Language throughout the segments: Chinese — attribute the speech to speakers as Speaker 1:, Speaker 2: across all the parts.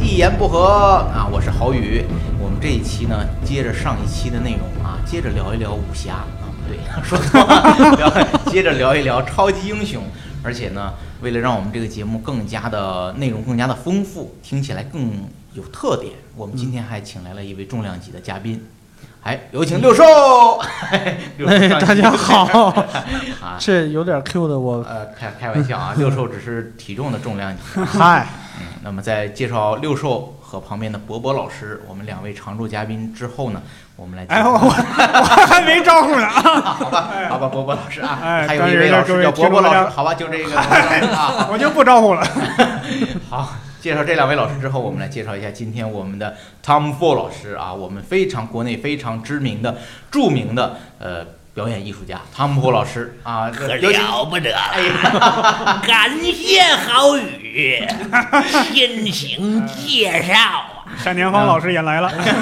Speaker 1: 一言 E 不合啊，我是郝宇。我们这一期呢，接着上一期的内容啊，接着聊一聊武侠啊，不对，说错了，聊接着聊一聊超级英雄。而且呢，为了让我们这个节目更加的内容更加的丰富，听起来更有特点，我们今天还请来了一位重量级的嘉宾。哎，有请六兽。 六兽
Speaker 2: 哎，
Speaker 1: 上期
Speaker 2: 大家好，
Speaker 1: 啊，
Speaker 2: 这有点 Q 的我，
Speaker 1: 呃，开开玩笑啊，六兽只是体重的重量级。
Speaker 2: 嗨，
Speaker 1: 嗯，那么在介绍六兽和旁边的博博老师，我们两位常驻嘉宾之后呢，我们来
Speaker 3: 哎，我 我我还没招呼呢 啊！
Speaker 1: 好吧，好吧，博博老师啊，
Speaker 3: 哎
Speaker 1: 还有一位老师叫博博
Speaker 3: 各位听众大
Speaker 1: 老
Speaker 3: 家
Speaker 1: 师，好吧，就 这个啊，
Speaker 3: 我就不招呼了。
Speaker 1: 好。介绍这两位老师之后，我们来介绍一下今天我们的 Tom Ford 老师啊，我们非常国内非常知名的、著名的呃表演艺术家 Tom Ford 老师啊，
Speaker 4: 可
Speaker 1: 尤其
Speaker 4: 了不得
Speaker 1: 哎
Speaker 4: 了！
Speaker 1: 呀，
Speaker 4: 感谢郝宇，先行介绍啊！
Speaker 3: 单田芳老师也来了，
Speaker 2: 哎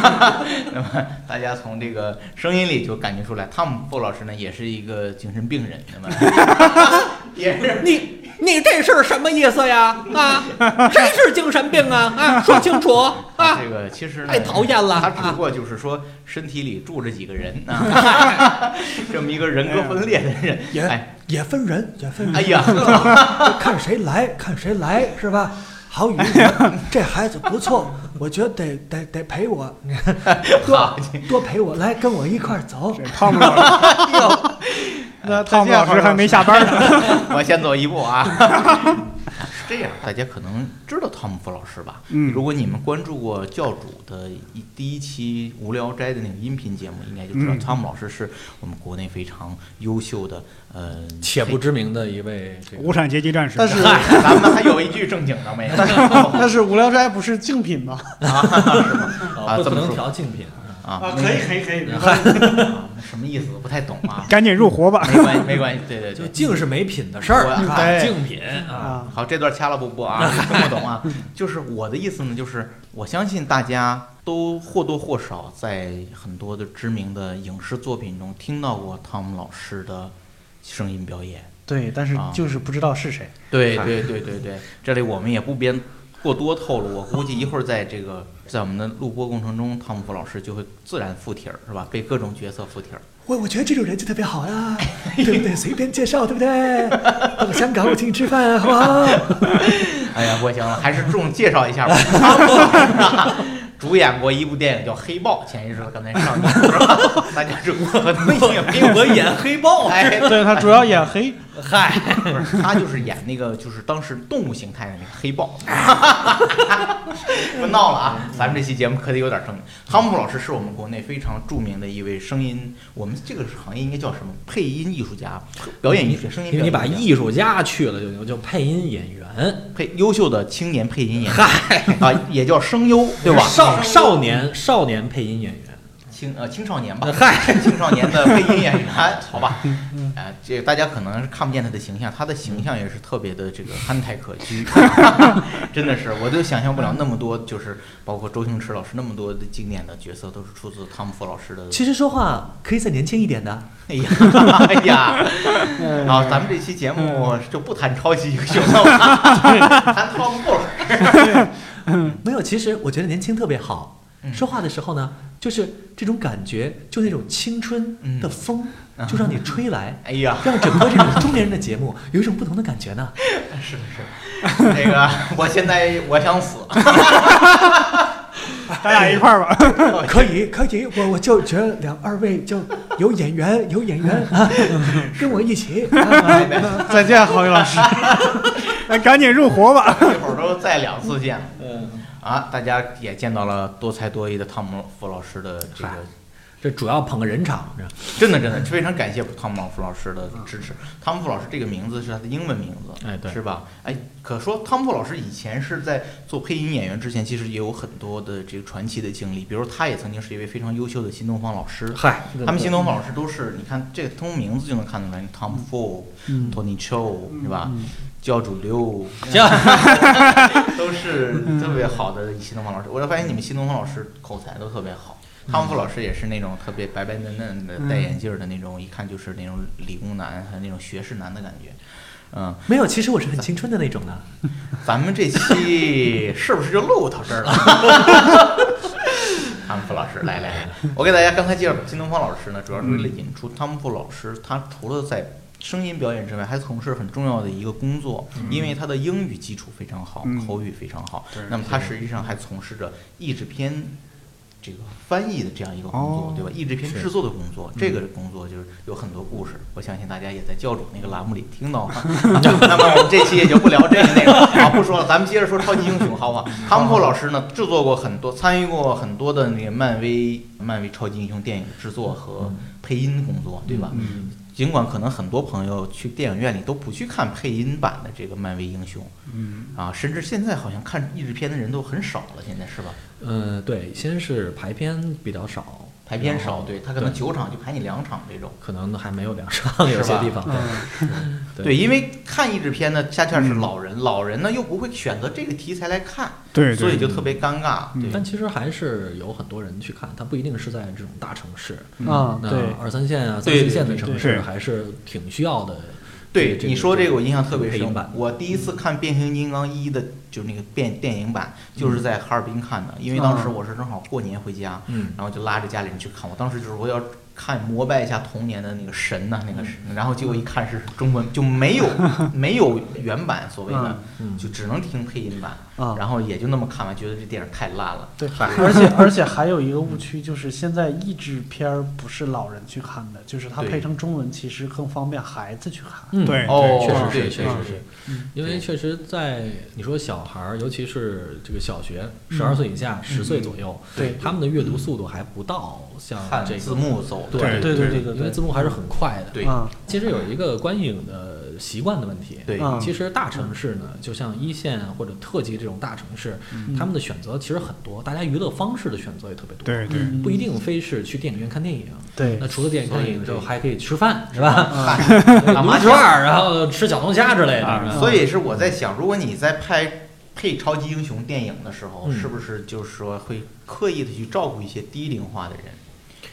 Speaker 1: 那么大家从这个声音里就感觉出来，Tom Ford 老师呢也是一个精神病人，那么 也是
Speaker 5: 你你这是什么意思呀？啊，真是精神病啊！啊，说清楚
Speaker 1: 他
Speaker 5: 啊！
Speaker 1: 这个其实呢
Speaker 5: 太讨厌了
Speaker 1: 他只不过就是说身体里住着几个人啊，这么一个人格分裂的人。
Speaker 2: 也
Speaker 1: 哎，
Speaker 2: 也分人，也分
Speaker 1: 哎
Speaker 2: 人，
Speaker 1: 呀，
Speaker 2: 看谁来，看谁来，是吧？郝宇，这孩子不错，我觉得得得得陪我，
Speaker 1: 好
Speaker 2: 多，多陪我来，跟我一块儿走
Speaker 3: 这。汤姆老师，
Speaker 1: 那
Speaker 3: 汤姆老
Speaker 2: 哎
Speaker 3: 师还没下班呢。
Speaker 1: 我先走一步啊。 是这样，大家可能知道汤姆·福老师吧？
Speaker 3: 嗯
Speaker 1: 如果你们关注过教主的一第一期《无聊斋》的那个音频节目，应该就知道
Speaker 3: 嗯
Speaker 1: 汤姆老师是我们国内非常优秀的，呃，
Speaker 6: 且不知名的一位这
Speaker 3: 无
Speaker 6: 个
Speaker 3: 产阶级战士，
Speaker 2: 但是
Speaker 1: 嗨。咱们还有一句正经的没有？
Speaker 2: 但是无聊斋不是竞品吗？
Speaker 1: 啊
Speaker 6: 啊，不
Speaker 1: 这么
Speaker 6: 能
Speaker 1: 说
Speaker 6: 调竞品。
Speaker 1: 啊，
Speaker 2: 可以可以可以，
Speaker 1: 什么意思？不太懂啊。
Speaker 3: 赶紧入伙吧。
Speaker 1: 没关系，没关系，对对对，
Speaker 6: 就净是没品的事儿，
Speaker 1: 我
Speaker 6: 啊
Speaker 3: 哎
Speaker 6: 竞品啊，
Speaker 3: 啊，
Speaker 1: 好，这段掐了不播啊，听不懂啊。 就是我的意思呢，就是我相信大家都或多或少在很多的知名的影视作品中听到过汤姆老师的声音表演。
Speaker 2: 对，但是
Speaker 1: 啊
Speaker 2: 就是不知道是谁。
Speaker 1: 对对对对对， 这里我们也不编过多透露，我估计一会儿在这个在我们的录播过程中，汤姆福老师就会自然附体儿，是吧？被各种角色附体儿。
Speaker 2: 我我觉得这种人就特别好呀，对不对？随便介绍，对不对？到了香港我请你吃饭啊，好不好？
Speaker 1: 哎呀，不行了，还是重介绍一下吧。汤姆老师啊 主演过一部电影叫《黑豹》，前一阵儿刚才上映，是吧 大家如果没有没有
Speaker 6: 我演黑豹
Speaker 1: 哎，
Speaker 3: 对他主要演黑，
Speaker 6: 嗨，
Speaker 1: 不是他就是演那个就是当时动物形态的那个黑豹。 不闹了啊，咱们这期节目可得有点正经。汤姆老师是我们国内非常著名的一位声音，我们这个行业应该叫什么？配音艺术家、表演艺术、声音
Speaker 6: 因为你
Speaker 1: 表
Speaker 6: 把
Speaker 1: 演艺术家
Speaker 6: 艺术家去了就行，就配音演员，
Speaker 1: 配优秀的青年配音演员啊，也叫声优，对吧？嗯
Speaker 6: 少少年少年配音演员，
Speaker 1: 青呃青少年吧，
Speaker 6: 嗨，
Speaker 1: 青少年的配音演员，好吧，呃，这大家可能是看不见他的形象，他的形象也是特别的这个憨态可掬， 真的是，我都想象不了那么多，就是包括周星驰老师那么多的经典的角色都是出自汤姆·福老师的。
Speaker 5: 其实说话可以再年轻一点的。
Speaker 1: 哎呀，哎呀，好，咱们这期节目就不谈超级英雄了， 谈汤姆·福老师。
Speaker 5: 没有，其实我觉得年轻特别好
Speaker 1: 嗯。
Speaker 5: 说话的时候呢，就是这种感觉，就那种青春的风，
Speaker 2: 嗯
Speaker 5: 就让你吹来，
Speaker 1: 哎呀，
Speaker 5: 让整个这种中年人的节目 有一种不同的感觉呢。
Speaker 1: 是是，那个我现在我想死，
Speaker 3: 咱俩一块 儿吧。
Speaker 2: 可 以，可以，我我就觉得两二位就有眼缘， 有眼 缘啊，跟我一起。啊
Speaker 3: 再见，郝宇老 师。哎，赶紧入伙吧。
Speaker 1: 一会儿都再两次见了。啊，大家也见到了多才多艺的汤姆·福老师的这个，
Speaker 6: 这主要捧个人场，这
Speaker 1: 真的真的非常感谢汤姆·福老师的支持。汤姆·福老师这个名字是他的英文名字，
Speaker 6: 哎对
Speaker 1: 是吧？哎，可说汤姆·福老师以前是在做配音演员之前，其实也有很多的这个传奇的经历，比如他也曾经是一位非常优秀的新东方老师。
Speaker 6: 嗨，
Speaker 1: 他们新东方老师都是，你看这个通过名字就能看出来，Tom Ford、Tony Chou 是吧？教主刘，
Speaker 6: 教
Speaker 1: 都是特别好的新东方老师。我就发现你们新东方老师口才都特别好，汤姆福老师也是那种特别白白嫩嫩的、戴眼镜儿的那种，一看就是那种理工男和那种学士男的感觉。嗯，
Speaker 5: 没有，其实我是很青春的那种的。
Speaker 1: 咱们这期是不是就录到 这儿了？汤姆·布老师，来来来，我给大家刚才介绍金东方老师呢，主要是为了引
Speaker 3: 嗯
Speaker 1: 出汤姆·布老师，他除了在声音表演之外，还从事很重要的一个工作，因为他的英语基础非常好，
Speaker 3: 嗯
Speaker 1: 口语非常好
Speaker 3: 对，
Speaker 1: 那么他实际上还从事着译制片。这个翻译的这样一个工作，
Speaker 3: 哦
Speaker 1: 对吧？译制片制作的工作，这个工作就是有很多故事。我相信大家也在教主那个栏目里听到了。 那么我们这期也就不聊这个内容，好，不说了，咱们接着说超级英雄，好不好？汤姆·克鲁斯老师呢，制作过很多，参与过很多的那个漫威漫威超级英雄电影制作和配音工作，对吧？
Speaker 3: 嗯
Speaker 1: 尽管可能很多朋友去电影院里都不去看配音版的这个漫威英雄
Speaker 3: 嗯
Speaker 1: 啊，甚至现在好像看译制片的人都很少了，现在是吧？
Speaker 5: 呃
Speaker 6: 嗯，对，先是排片比较少，
Speaker 1: 排片
Speaker 6: 然后
Speaker 1: 少，对他可能九场就排你两场这种。
Speaker 6: 可能还没有两上，有些地方。
Speaker 2: 嗯
Speaker 6: 对
Speaker 1: 对，因为看译制片呢，恰恰是老人，老人呢又不会选择这个题材来看，
Speaker 3: 对对
Speaker 1: 所以就特别尴尬。
Speaker 3: 嗯
Speaker 1: 对，
Speaker 6: 但其实还是有很多人去看，它不一定是在这种大城市，
Speaker 3: 啊
Speaker 2: 嗯
Speaker 5: 啊，
Speaker 1: 嗯
Speaker 6: 那
Speaker 5: 对，
Speaker 6: 二三线啊、三
Speaker 1: 对
Speaker 6: 四线的城
Speaker 3: 对对
Speaker 6: 市
Speaker 3: 对
Speaker 6: 还是挺需要的。
Speaker 1: 对
Speaker 6: 这
Speaker 1: 你说这个，我印象特别
Speaker 6: 配音
Speaker 1: 深
Speaker 6: 版。
Speaker 1: 我第一次看《变形金刚一》的，就是那个变电影版，就是在哈尔滨看的，因为当时我是正好过年回家，
Speaker 6: 嗯
Speaker 1: 然后就拉着家里人去看。我当时就是我要看膜拜一下童年的那个神呐、那个神。然后结果一看是中文，就没有没有原版所谓的，
Speaker 6: 嗯
Speaker 1: 就只能听配音版，
Speaker 2: 啊
Speaker 1: 然后也就那么看完，觉得这电影太烂了。
Speaker 7: 对，
Speaker 1: 嗨
Speaker 7: 而且而且还有一个误区，就是现在译制片儿不是老人去看的，就是它
Speaker 1: 对
Speaker 7: 配成中文，其实更方便孩子去看。
Speaker 6: 嗯，
Speaker 3: 对
Speaker 1: 哦，
Speaker 6: 确实
Speaker 1: 对
Speaker 6: 是，确
Speaker 1: 对
Speaker 6: 实是，因为确实在你说小孩儿，尤其是这个小学十二岁以下、十岁左右，
Speaker 7: 对
Speaker 6: 他们的阅读速度还不到像
Speaker 1: 看
Speaker 6: 啊这个
Speaker 1: 字幕走的。
Speaker 3: 对对
Speaker 7: 对对对
Speaker 6: 因为
Speaker 7: 对
Speaker 6: 字幕还是很快的。
Speaker 1: 对
Speaker 2: 嗯
Speaker 7: 啊，
Speaker 6: 其实有一个观影的习惯的问题。
Speaker 1: 对
Speaker 7: 嗯
Speaker 6: 其实大城市呢，就像一线或者特级这种大城市，
Speaker 1: 嗯
Speaker 6: 他们的选择其实很多，大家娱乐方式的选择也特别多。
Speaker 3: 对对
Speaker 7: 嗯
Speaker 6: 不一定非是去电影院看电影。
Speaker 7: 对
Speaker 6: 那除了电影看电影之后，
Speaker 1: 所以对
Speaker 6: 还可以吃饭，是吧？
Speaker 1: 嗨打麻
Speaker 6: 撸
Speaker 1: 将
Speaker 6: 串儿，然后吃小龙虾之类的。是
Speaker 1: 啊
Speaker 6: 吧
Speaker 1: 所以是我在想，如果你在拍配超级英雄电影的时候，
Speaker 6: 嗯
Speaker 1: 是不是就是说会刻意的去照顾一些低龄化的人？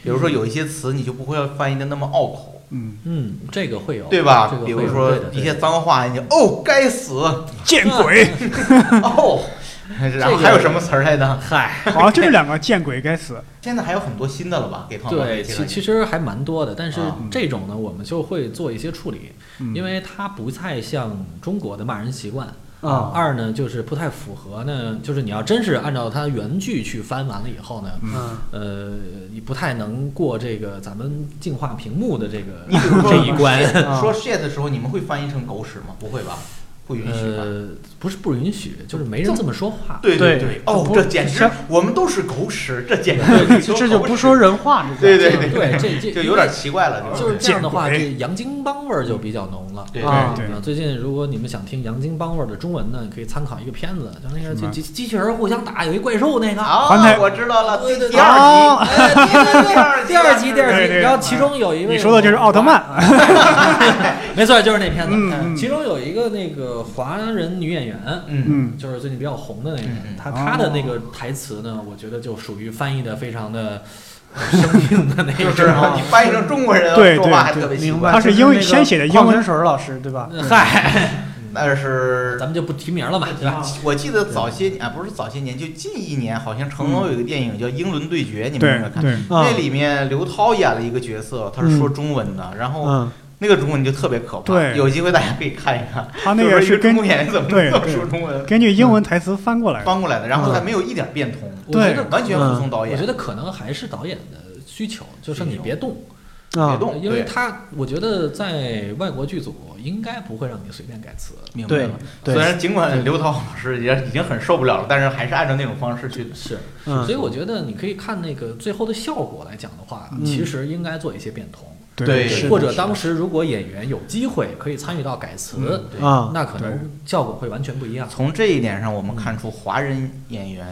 Speaker 1: 比如说有一些词你就不会翻译的那么拗口，
Speaker 3: 嗯，
Speaker 6: 嗯，这个会有，
Speaker 1: 对吧？
Speaker 6: 这个会
Speaker 1: 比
Speaker 6: 有
Speaker 1: 如说
Speaker 6: 对的对的
Speaker 1: 一些脏话，你就哦该死，
Speaker 3: 见鬼！
Speaker 1: 哦，然后还有什么词儿来的？
Speaker 6: 嗨，
Speaker 3: 好，就是两个见鬼该死。
Speaker 1: 现在还有很多新的了吧？给胖宝
Speaker 6: 对，
Speaker 1: 这
Speaker 6: 其
Speaker 1: 个
Speaker 6: 其实还蛮多的，但是
Speaker 1: 啊
Speaker 6: 这种呢，我们就会做一些处理，
Speaker 3: 嗯
Speaker 6: 因为它不太像中国的骂人习惯。
Speaker 7: 啊
Speaker 6: 二呢，就是不太符合呢，就是你要真是按照它原剧去翻完了以后呢，
Speaker 7: 嗯
Speaker 6: 呃，你不太能过这个咱们净化屏幕的这个
Speaker 1: 你比如说
Speaker 6: 这一关。
Speaker 1: shit，说 shit 的时候，你们会翻译成狗屎吗？不会吧？不允许吧？
Speaker 6: 呃，不是不允许，就是没人这么说话。
Speaker 1: 对
Speaker 7: 对
Speaker 1: 对，哦，
Speaker 7: 不
Speaker 1: 这简直
Speaker 7: 像，
Speaker 1: 我们都是狗屎，这简
Speaker 7: 对，
Speaker 1: 直
Speaker 7: 这这就不说人话，
Speaker 1: 对
Speaker 7: 这
Speaker 1: 对
Speaker 7: 叫
Speaker 1: 对
Speaker 6: 对，这这
Speaker 1: 就有点奇怪了，
Speaker 6: 就是这样的话，
Speaker 3: 见
Speaker 6: 这
Speaker 3: 鬼
Speaker 6: 洋泾浜味儿就比较浓了。
Speaker 1: 对
Speaker 7: 啊
Speaker 3: 对对
Speaker 6: 啊，最近如果你们想听洋泾浜味儿的中文呢，可以参考一个片子，叫那个
Speaker 3: 什么
Speaker 6: 机机器人儿互相打，有一怪兽那个。
Speaker 1: 啊
Speaker 3: 环太
Speaker 1: 我知道了，
Speaker 6: 对
Speaker 1: 第
Speaker 6: 对
Speaker 1: 第
Speaker 6: 对
Speaker 1: 二集，
Speaker 6: 哎，对对对 第二集，第
Speaker 3: 对
Speaker 6: 二集，
Speaker 3: 对
Speaker 6: 然后其中有一位，
Speaker 3: 你说的就是奥特，曼，
Speaker 6: 没错，就是那片子。
Speaker 3: 嗯嗯
Speaker 6: 其中有一个那个华人女演员，
Speaker 1: 嗯，
Speaker 3: 嗯，
Speaker 6: 就是最近比较红的那个
Speaker 1: 嗯嗯，
Speaker 6: 她
Speaker 3: 哦
Speaker 6: 她的那个台词
Speaker 1: 哦
Speaker 6: 呢，我觉得就属于翻译的非常的生硬的 那
Speaker 1: 就是
Speaker 6: 种
Speaker 1: 啊。你翻译成中国人啊
Speaker 3: 对
Speaker 1: 说话
Speaker 3: 对
Speaker 1: 还特别奇
Speaker 7: 明
Speaker 1: 怪，
Speaker 7: 白。
Speaker 3: 他是英语先写的英文
Speaker 7: 矿泉水老师对吧？
Speaker 6: 嗨，
Speaker 1: 但是
Speaker 6: 咱。们就不提名了 嘛，对吧？
Speaker 1: 我记得早些啊，不是早些年，就近一年，好像成龙有一个电影叫《英伦对决》，你们有没有看？
Speaker 3: 对
Speaker 7: 啊
Speaker 1: 那里面刘涛演了一个角色，他是说中文的，然后
Speaker 7: 嗯，
Speaker 1: 那个中文就特别可怕。
Speaker 3: 对
Speaker 1: 有机会大家可以看一看，
Speaker 3: 他那个
Speaker 1: 就是
Speaker 3: 是
Speaker 1: 一中
Speaker 3: 根
Speaker 1: 国演员怎么
Speaker 3: 对
Speaker 1: 怎么
Speaker 3: 对
Speaker 1: 说中文
Speaker 3: 根据英文台词翻过来的。
Speaker 1: 翻过来的，然后他没有一点变通，
Speaker 6: 我觉得
Speaker 1: 完全服从导演。
Speaker 6: 我觉得可能还是导演的需求，就是你别动，
Speaker 1: 别
Speaker 7: 啊，
Speaker 1: 动，
Speaker 6: 因为
Speaker 1: 对
Speaker 6: 他我觉得在外国剧组应该不会让你随便改词。
Speaker 1: 明白
Speaker 7: 对
Speaker 1: 了。
Speaker 7: 对
Speaker 1: 虽然尽管刘涛老师也已经很受不了了，但是还是按照那种方式去。
Speaker 6: 是，
Speaker 7: 嗯
Speaker 6: 所以我觉得你可以看那个最后的效果来讲的话，
Speaker 1: 嗯
Speaker 6: 其实应该做一些变通，
Speaker 1: 对是的
Speaker 6: 或者当时如果演员有机会可以参与到改词，
Speaker 1: 嗯对
Speaker 7: 啊，
Speaker 6: 那可能效果会完全不一样。
Speaker 1: 从这一点上，我们看出华人演员、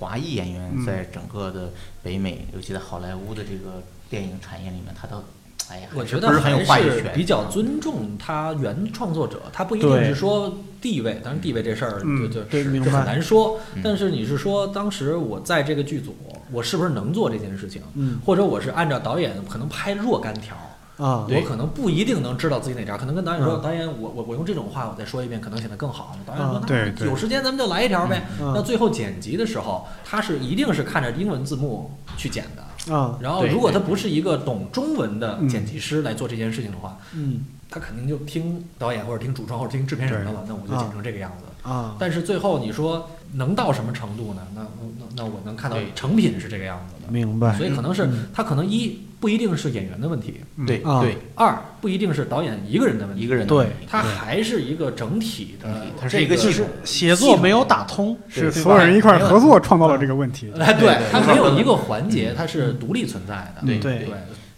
Speaker 1: 华裔演员
Speaker 3: 嗯
Speaker 1: 在整个的北美，尤其在好莱坞的这个电影产业里面，他的，哎呀，
Speaker 6: 我
Speaker 1: 还是
Speaker 6: 觉得
Speaker 1: 不是很有话语
Speaker 6: 还是
Speaker 1: 权，
Speaker 6: 比较尊重他原创作者，他不一定
Speaker 7: 对
Speaker 6: 是说地位，当然地位这事儿就
Speaker 3: 嗯
Speaker 6: 就
Speaker 7: 对
Speaker 6: 是
Speaker 7: 明
Speaker 6: 就
Speaker 7: 白
Speaker 6: 很难说
Speaker 1: 嗯。
Speaker 6: 但是你是说，当时我在这个剧组，我是不是能做这件事情
Speaker 7: 嗯，
Speaker 6: 或者我是按照导演可能拍若干条，
Speaker 3: 嗯
Speaker 7: 啊
Speaker 1: 对
Speaker 6: 我可能不一定能知道自己哪条，可能跟导演说，
Speaker 7: 嗯
Speaker 6: 导演，我我我用这种话我再说一遍，可能显得更好。导演说
Speaker 1: 啊
Speaker 7: 嗯，
Speaker 3: 对
Speaker 6: 那
Speaker 3: 对
Speaker 6: 有时间咱们就来一条呗。
Speaker 7: 嗯嗯
Speaker 3: 啊
Speaker 6: 那最后剪辑的时候，他是一定是看着英文字幕去剪的。
Speaker 7: 啊，
Speaker 6: 然后，
Speaker 1: 对
Speaker 6: 如果他不是一个懂中文的剪辑师来做这件事情的话，
Speaker 7: 嗯
Speaker 6: 他肯定就听导演或者听主创或者听制片人的了。那我就剪成这个样子。
Speaker 7: 啊，
Speaker 6: 但是最后你说能到什么程度呢？那那那我能看到
Speaker 1: 对哎嗯
Speaker 6: 成品是这个样子的，
Speaker 7: 明白
Speaker 6: 所以可能是他可能一不一定是演员的问题，
Speaker 1: 对
Speaker 7: 啊
Speaker 1: 对，
Speaker 6: 二不一定是导演一个人的问题，
Speaker 1: 一个人的
Speaker 7: 对
Speaker 1: 问题
Speaker 6: 他还是一个整体的
Speaker 1: 嗯，它
Speaker 6: 它
Speaker 1: 是一个
Speaker 6: 系
Speaker 1: 系
Speaker 6: 统
Speaker 1: 统。
Speaker 7: 协作没有打通，
Speaker 3: 是
Speaker 6: 对
Speaker 3: 所有
Speaker 6: 吧
Speaker 3: 人一块儿合作创造
Speaker 7: 嗯
Speaker 3: 了这个问题。
Speaker 6: 哎，对，它
Speaker 1: 对对嗯
Speaker 6: 没有一个环节它是独立存在的，
Speaker 1: 对
Speaker 7: 对
Speaker 6: 对，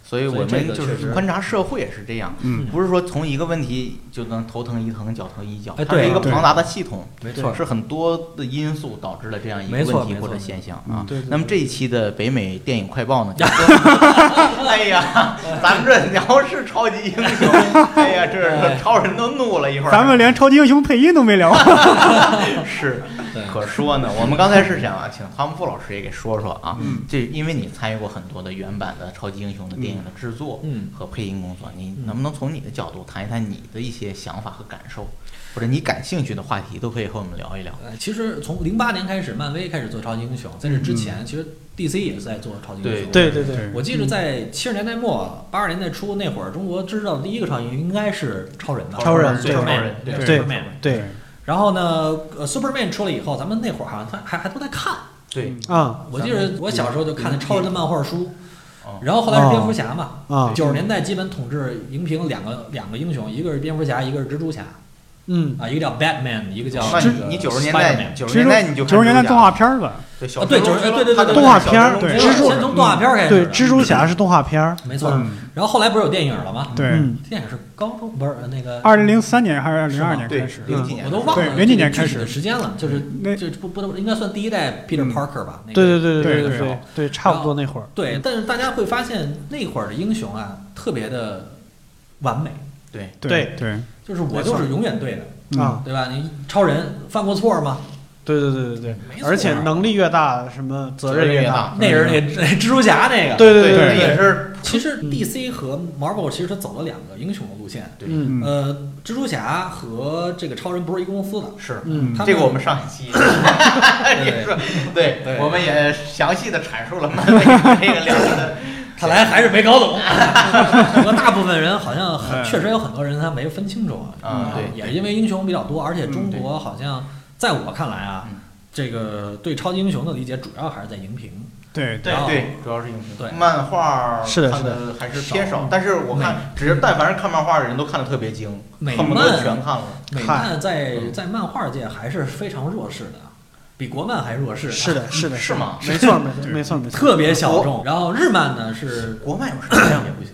Speaker 1: 所以我
Speaker 6: 所以这
Speaker 1: 们
Speaker 6: 个
Speaker 1: 就
Speaker 6: 确
Speaker 1: 是
Speaker 6: 实
Speaker 1: 观察社会也是这样，
Speaker 3: 嗯
Speaker 1: 不是说从一个问题就能头疼一疼脚疼一脚
Speaker 6: 哎，
Speaker 1: 它
Speaker 6: 对
Speaker 1: 是一个
Speaker 3: 对
Speaker 1: 庞大的系统，
Speaker 6: 没错
Speaker 1: 是很多的因素导致了这样一个
Speaker 6: 没错
Speaker 1: 问题
Speaker 6: 没错
Speaker 1: 或者
Speaker 6: 没错
Speaker 1: 现象
Speaker 3: 嗯
Speaker 1: 啊。
Speaker 7: 嗯对对
Speaker 1: 那么这一期的北美电影快 报呢， 就说哎呀，咱们这聊是超级英 雄，哎呀，这
Speaker 6: 哎
Speaker 1: 这超人都怒了一会儿，
Speaker 3: 咱们连超级英雄配音都没聊，
Speaker 1: 是
Speaker 6: 对
Speaker 1: 可说呢。我们刚才是想啊，请汤姆布老师也给说说啊，
Speaker 3: 嗯
Speaker 1: 这因为你参与过很多的原版的超级英雄的电影的制作
Speaker 6: 嗯
Speaker 1: 和配音工作，你能不能从你的角度谈一谈你的一些想法和感受，或者你感兴趣的话题都可以和我们聊一聊。
Speaker 6: 呃，其实从零八年开始，漫威开始做超级英雄，在这之前，其实 DC 也是在做超级英
Speaker 1: 对
Speaker 6: 雄。
Speaker 7: 嗯对嗯对对
Speaker 3: 对
Speaker 6: 我记得在七十年代末、八十年代初那会儿，中国知道的第一个超级英雄应该是超人吧？
Speaker 7: 超人
Speaker 6: 对
Speaker 7: 对
Speaker 1: 超人
Speaker 6: 对
Speaker 3: 对
Speaker 7: 对
Speaker 6: Superman。
Speaker 7: 对
Speaker 6: 然后呢，呃，Superman 出来以后，咱们那会儿好像还还还都在看。
Speaker 1: 对，
Speaker 7: 啊
Speaker 6: 我记得我小时候就看的超人的漫画书
Speaker 1: 哦，
Speaker 6: 然后后来是蝙蝠侠嘛。
Speaker 7: 啊，
Speaker 6: 九十年代基本统治荧屏两个两个英雄，一个是蝙蝠侠，一个是蜘蛛侠
Speaker 7: 嗯
Speaker 6: 啊，一个叫 Batman，一个叫
Speaker 1: 那你你九十年代
Speaker 6: Spiderman
Speaker 1: 九
Speaker 3: 蜘
Speaker 1: 十年代你就
Speaker 3: 蛛九十年代动画片儿吧，
Speaker 1: 对
Speaker 6: 啊
Speaker 1: 小
Speaker 6: 对
Speaker 1: 蜘蛛
Speaker 6: 九十哎对对
Speaker 1: 他
Speaker 6: 对对
Speaker 1: 的
Speaker 7: 动画
Speaker 1: 小
Speaker 7: 片儿
Speaker 1: 蜘蛛
Speaker 3: 对
Speaker 1: 人
Speaker 6: 先
Speaker 7: 蜘蛛
Speaker 6: 先从动画片儿开始，
Speaker 7: 对，蜘蛛侠是动画片儿，
Speaker 6: 没错
Speaker 3: 嗯。
Speaker 6: 然后后来不是有电影了吗？
Speaker 3: 对，
Speaker 7: 嗯
Speaker 6: 电影是高中不是呃那个嗯
Speaker 3: 二零零三年还是二零零二年
Speaker 1: 对
Speaker 3: 开始，
Speaker 1: 零几年
Speaker 6: 我都忘了
Speaker 3: 对零几年
Speaker 6: 具体
Speaker 3: 开始
Speaker 6: 的时间了，就是
Speaker 3: 那
Speaker 6: 就不不能应该算第一代 Peter
Speaker 3: 嗯
Speaker 6: Parker 吧？那个
Speaker 7: 对对对
Speaker 3: 对
Speaker 7: 对
Speaker 3: 对
Speaker 7: 对对，差不多那会儿，
Speaker 6: 对，但是大家会发现那会儿的英雄啊，特别的完美，
Speaker 1: 对
Speaker 3: 对对
Speaker 6: 就是我就是永远对的，
Speaker 3: 嗯
Speaker 7: 啊，
Speaker 6: 对吧？你超人犯过错吗？
Speaker 7: 对对对对
Speaker 6: 没
Speaker 7: 对，
Speaker 6: 错
Speaker 7: 而且能力越大，什么责任
Speaker 1: 越
Speaker 7: 大，
Speaker 1: 大，
Speaker 6: 那人那那蜘蛛侠那个，，
Speaker 7: 对
Speaker 1: 对
Speaker 7: 对
Speaker 1: 那也是
Speaker 6: 其实 DC 和 Marvel 其实它走了两个英雄的路线，
Speaker 1: 对
Speaker 7: 嗯
Speaker 3: 嗯
Speaker 6: 呃，蜘蛛侠和这个超人不是一个公司的，
Speaker 1: 是。
Speaker 7: 嗯
Speaker 6: 他们
Speaker 1: 这个我们上一 期也说，对，
Speaker 6: 对
Speaker 1: 我们也详细的阐 述了漫威这个两个的
Speaker 6: 看来还是没 搞懂。和大部分人好像很
Speaker 3: 嗯
Speaker 6: 确实有很多人他没分清楚
Speaker 1: 啊对
Speaker 6: 也是因为英雄比较多，而且中国好像在我看来啊
Speaker 1: 嗯，
Speaker 6: 这个对超级英雄的理解主要还是在荧屏。
Speaker 3: 对
Speaker 6: 然后
Speaker 1: 对，主要是影评。
Speaker 6: 对
Speaker 1: 漫画
Speaker 7: 是的
Speaker 1: 看
Speaker 7: 是的
Speaker 1: 的还是偏少，嗯但是我看，只是但凡是看漫画的人都看的特别精，
Speaker 6: 美
Speaker 1: 恨不得
Speaker 6: 漫
Speaker 1: 全看了。
Speaker 6: 美漫
Speaker 1: 嗯
Speaker 6: 在在漫画界还是非常弱势的，啊比国漫还弱势。啊
Speaker 7: 是。的，是的，
Speaker 1: 是哦吗
Speaker 7: 没错，没错，
Speaker 3: 对
Speaker 7: 没错， 没错。
Speaker 6: 特别小众，然后日漫呢是
Speaker 1: 国漫有什么呀？
Speaker 6: 也不行。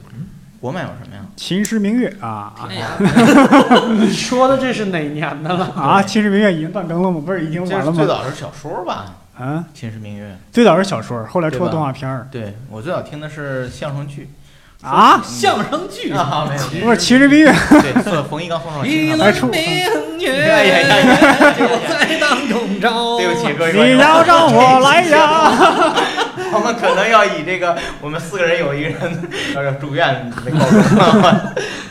Speaker 1: 国漫有什么呀？
Speaker 3: 《秦时明月》啊
Speaker 6: 哎呀，
Speaker 1: 嗯
Speaker 7: 你说的这是哪年的了？
Speaker 3: 啊啊，《秦时明月》已经断更了吗？不是已经
Speaker 1: 这
Speaker 3: 完
Speaker 1: 是
Speaker 3: 了
Speaker 1: 最
Speaker 3: 吗？
Speaker 1: 早是小说吧，
Speaker 3: 啊，
Speaker 1: 《秦时明月
Speaker 3: 最早是小说，后来出
Speaker 1: 对
Speaker 3: 了
Speaker 1: 吧
Speaker 3: 动画片儿》。
Speaker 1: 对我最早听的是相声剧
Speaker 3: 啊，
Speaker 6: 相声剧
Speaker 1: 啊，没有，
Speaker 3: 不是《秦时明月》，
Speaker 1: 对，是冯一刚送上
Speaker 6: 一
Speaker 1: 心
Speaker 6: 轮
Speaker 1: 啊。
Speaker 3: 来出
Speaker 6: 明月，
Speaker 1: 哎呀呀呀
Speaker 6: 我在当啊中照。
Speaker 1: 对不起，各位观
Speaker 3: 你
Speaker 1: 众，
Speaker 3: 要让我来呀！
Speaker 1: 我们可能要以这个我们四个人有一个人要是住院为告终。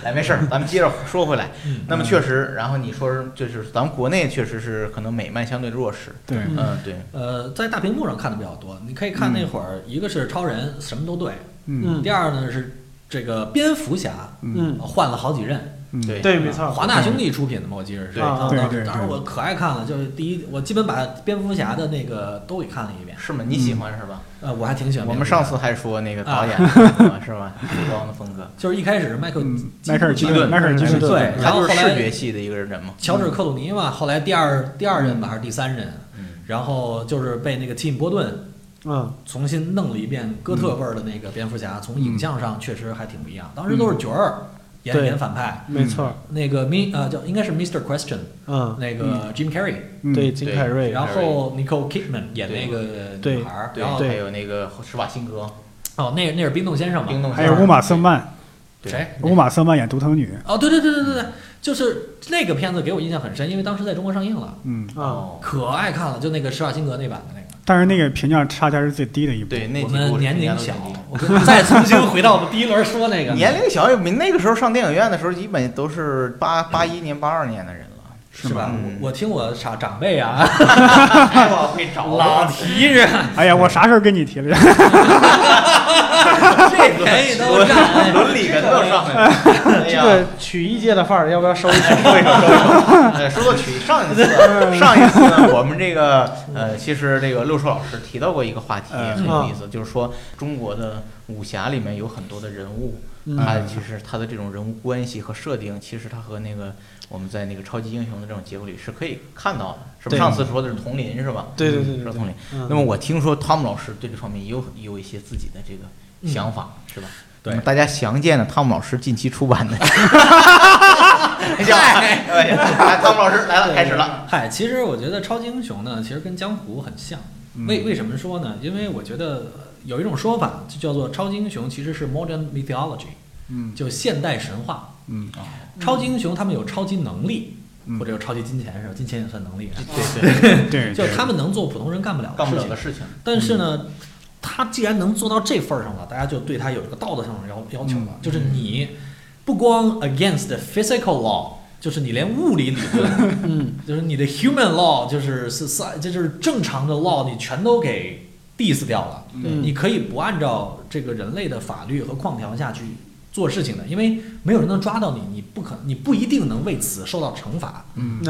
Speaker 1: 来，没事儿，咱们接着说回来。那么确实，然后你说是就是咱们国内确实是可能美漫相对弱势。
Speaker 3: 对
Speaker 1: 嗯，对，
Speaker 6: 呃，在大屏幕上看的比较多。你可以看那会儿，一个是超人什么都对，
Speaker 3: 嗯
Speaker 6: 第二呢是这个蝙蝠侠
Speaker 7: 嗯，
Speaker 6: 换了好几任，
Speaker 3: 嗯，
Speaker 1: 对
Speaker 7: 对，没错。
Speaker 6: 华纳兄弟出品的嘛，我记着是。
Speaker 1: 对
Speaker 6: 当
Speaker 3: 对
Speaker 6: 当
Speaker 3: 对对
Speaker 6: 当时我可爱看了，就是第一，我基本把蝙蝠侠的那个都给看了一遍。
Speaker 1: 是吗？你喜欢是吧？
Speaker 6: 呃，我还挺喜欢
Speaker 1: 我
Speaker 6: 蝙蝠
Speaker 1: 们
Speaker 6: 侠的。
Speaker 1: 上次还说那个导演是吧？极光的风格，
Speaker 6: 就是一开始是迈克
Speaker 3: 嗯，迈克尔基
Speaker 1: 基顿
Speaker 3: 顿，迈克尔基顿
Speaker 7: 基
Speaker 3: 嗯
Speaker 7: 顿，
Speaker 6: 对，
Speaker 1: 他
Speaker 6: 然后
Speaker 1: 就是
Speaker 6: 后
Speaker 1: 视觉
Speaker 6: 来
Speaker 1: 系的一个人嘛。
Speaker 6: 乔治克鲁尼嘛，后来第二第二任吧还是第三任，
Speaker 1: 嗯，
Speaker 6: 然后就是被那个蒂姆波顿
Speaker 7: 嗯，
Speaker 6: 重新弄了一遍哥特味儿的那个蝙蝠侠，从影像上确实还挺不一
Speaker 1: 嗯
Speaker 6: 样。当时都是角儿演
Speaker 7: 对
Speaker 6: 演反派，
Speaker 7: 没错。
Speaker 6: 那个 Mi 呃叫应该是 Mr. Question，
Speaker 7: 嗯，
Speaker 6: 那个 Jim Carrey，
Speaker 3: 嗯
Speaker 7: 对，金凯瑞。
Speaker 6: 然后 Nicole Kidman 演那个
Speaker 7: 对
Speaker 6: 女孩儿，
Speaker 1: 对，
Speaker 6: 然后
Speaker 1: 还有那个施瓦辛格，
Speaker 6: 哦那那是冰冻先生
Speaker 1: 冰
Speaker 6: 嘛，
Speaker 1: 冻
Speaker 3: 还有乌玛瑟曼，
Speaker 1: 对
Speaker 6: 谁？
Speaker 3: 乌玛瑟曼演独藤女，
Speaker 6: 哦对对对对对对，就是那个片子给我印象很深，因为当时在中国上映了，
Speaker 3: 嗯，
Speaker 7: 啊，
Speaker 1: 哦，
Speaker 6: 可爱看了，就那个施瓦辛格那版的那个。
Speaker 3: 但是那个评价差价是最低的一部。
Speaker 1: 对，那
Speaker 6: 我
Speaker 1: 几部
Speaker 6: 们
Speaker 1: 是
Speaker 6: 年龄
Speaker 1: 都
Speaker 6: 小
Speaker 1: 最低，
Speaker 6: 我们再重新回到我们第一轮说那 个
Speaker 1: 年龄小也没那个时候上电影院的时候，基本都是八八一年、八二年的人了。
Speaker 6: 是吧？
Speaker 1: 嗯
Speaker 6: 我我听我长长辈啊，
Speaker 1: 会找
Speaker 6: 老提着
Speaker 3: 哎呀，我啥时候跟你提了？
Speaker 6: 这便宜都占，
Speaker 1: 伦理跟都上来了。哎
Speaker 7: 这
Speaker 1: 呀，
Speaker 7: 个曲艺界的范儿要不要收 一收？
Speaker 1: 说一说，说一说。呃，说到曲，上 一次呢，上一次呢，我们这个呃，其实这个六叔老师提到过一个话题，
Speaker 3: 嗯
Speaker 1: 很有意思，就是说中国的武侠里面有很多的人物，
Speaker 7: 嗯
Speaker 1: 他其实他的这种人物关系和设定，其实他和那个我们在那个超级英雄的这种结构里是可以看到的，是吧？
Speaker 7: 对
Speaker 1: 上次说的是佟林是吧？
Speaker 7: 对对对对
Speaker 1: 说
Speaker 7: 对
Speaker 1: 佟林。
Speaker 7: 嗯
Speaker 1: 那么我听说汤姆老师对这方面也有也有一些自己的这个想法，是吧？
Speaker 6: 对
Speaker 1: 那么大家详见的汤姆老师近期出版的 笑，来，哎汤姆老师来了，开始了。
Speaker 6: 嗨，其实我觉得超级英雄呢，其实跟江湖很像。为为什么说呢？因为我觉得呃有一种说法，就叫做超级英雄其实是 modern mythology，
Speaker 3: 嗯
Speaker 6: 就现代神话。
Speaker 3: 嗯，
Speaker 6: 超级英雄他们有超级能力，
Speaker 3: 嗯
Speaker 6: 或者有超级金钱，是吧？金钱也算能力啊。
Speaker 1: 对对，
Speaker 3: 对，
Speaker 6: 就
Speaker 3: 对
Speaker 6: 是他们能做普通人干不了的
Speaker 1: 干不
Speaker 6: 事
Speaker 1: 了
Speaker 6: 情
Speaker 1: 的。事情。
Speaker 6: 但是
Speaker 7: 嗯
Speaker 6: 呢，他既然能做到这份儿上了，大家就对他有一个道德上的要要求
Speaker 7: 嗯
Speaker 6: 了，就是你不光 against the physical law，就是你连物理理论，嗯， 就是你的 human law，就是 society，这就是正常的 law，你全都给 diss 掉了。
Speaker 7: 嗯
Speaker 6: 你可以不按照这个人类的法律和框条下去做事情的，因为没有人能抓到你，你不可，你不一定能为此受到惩罚。
Speaker 7: 嗯，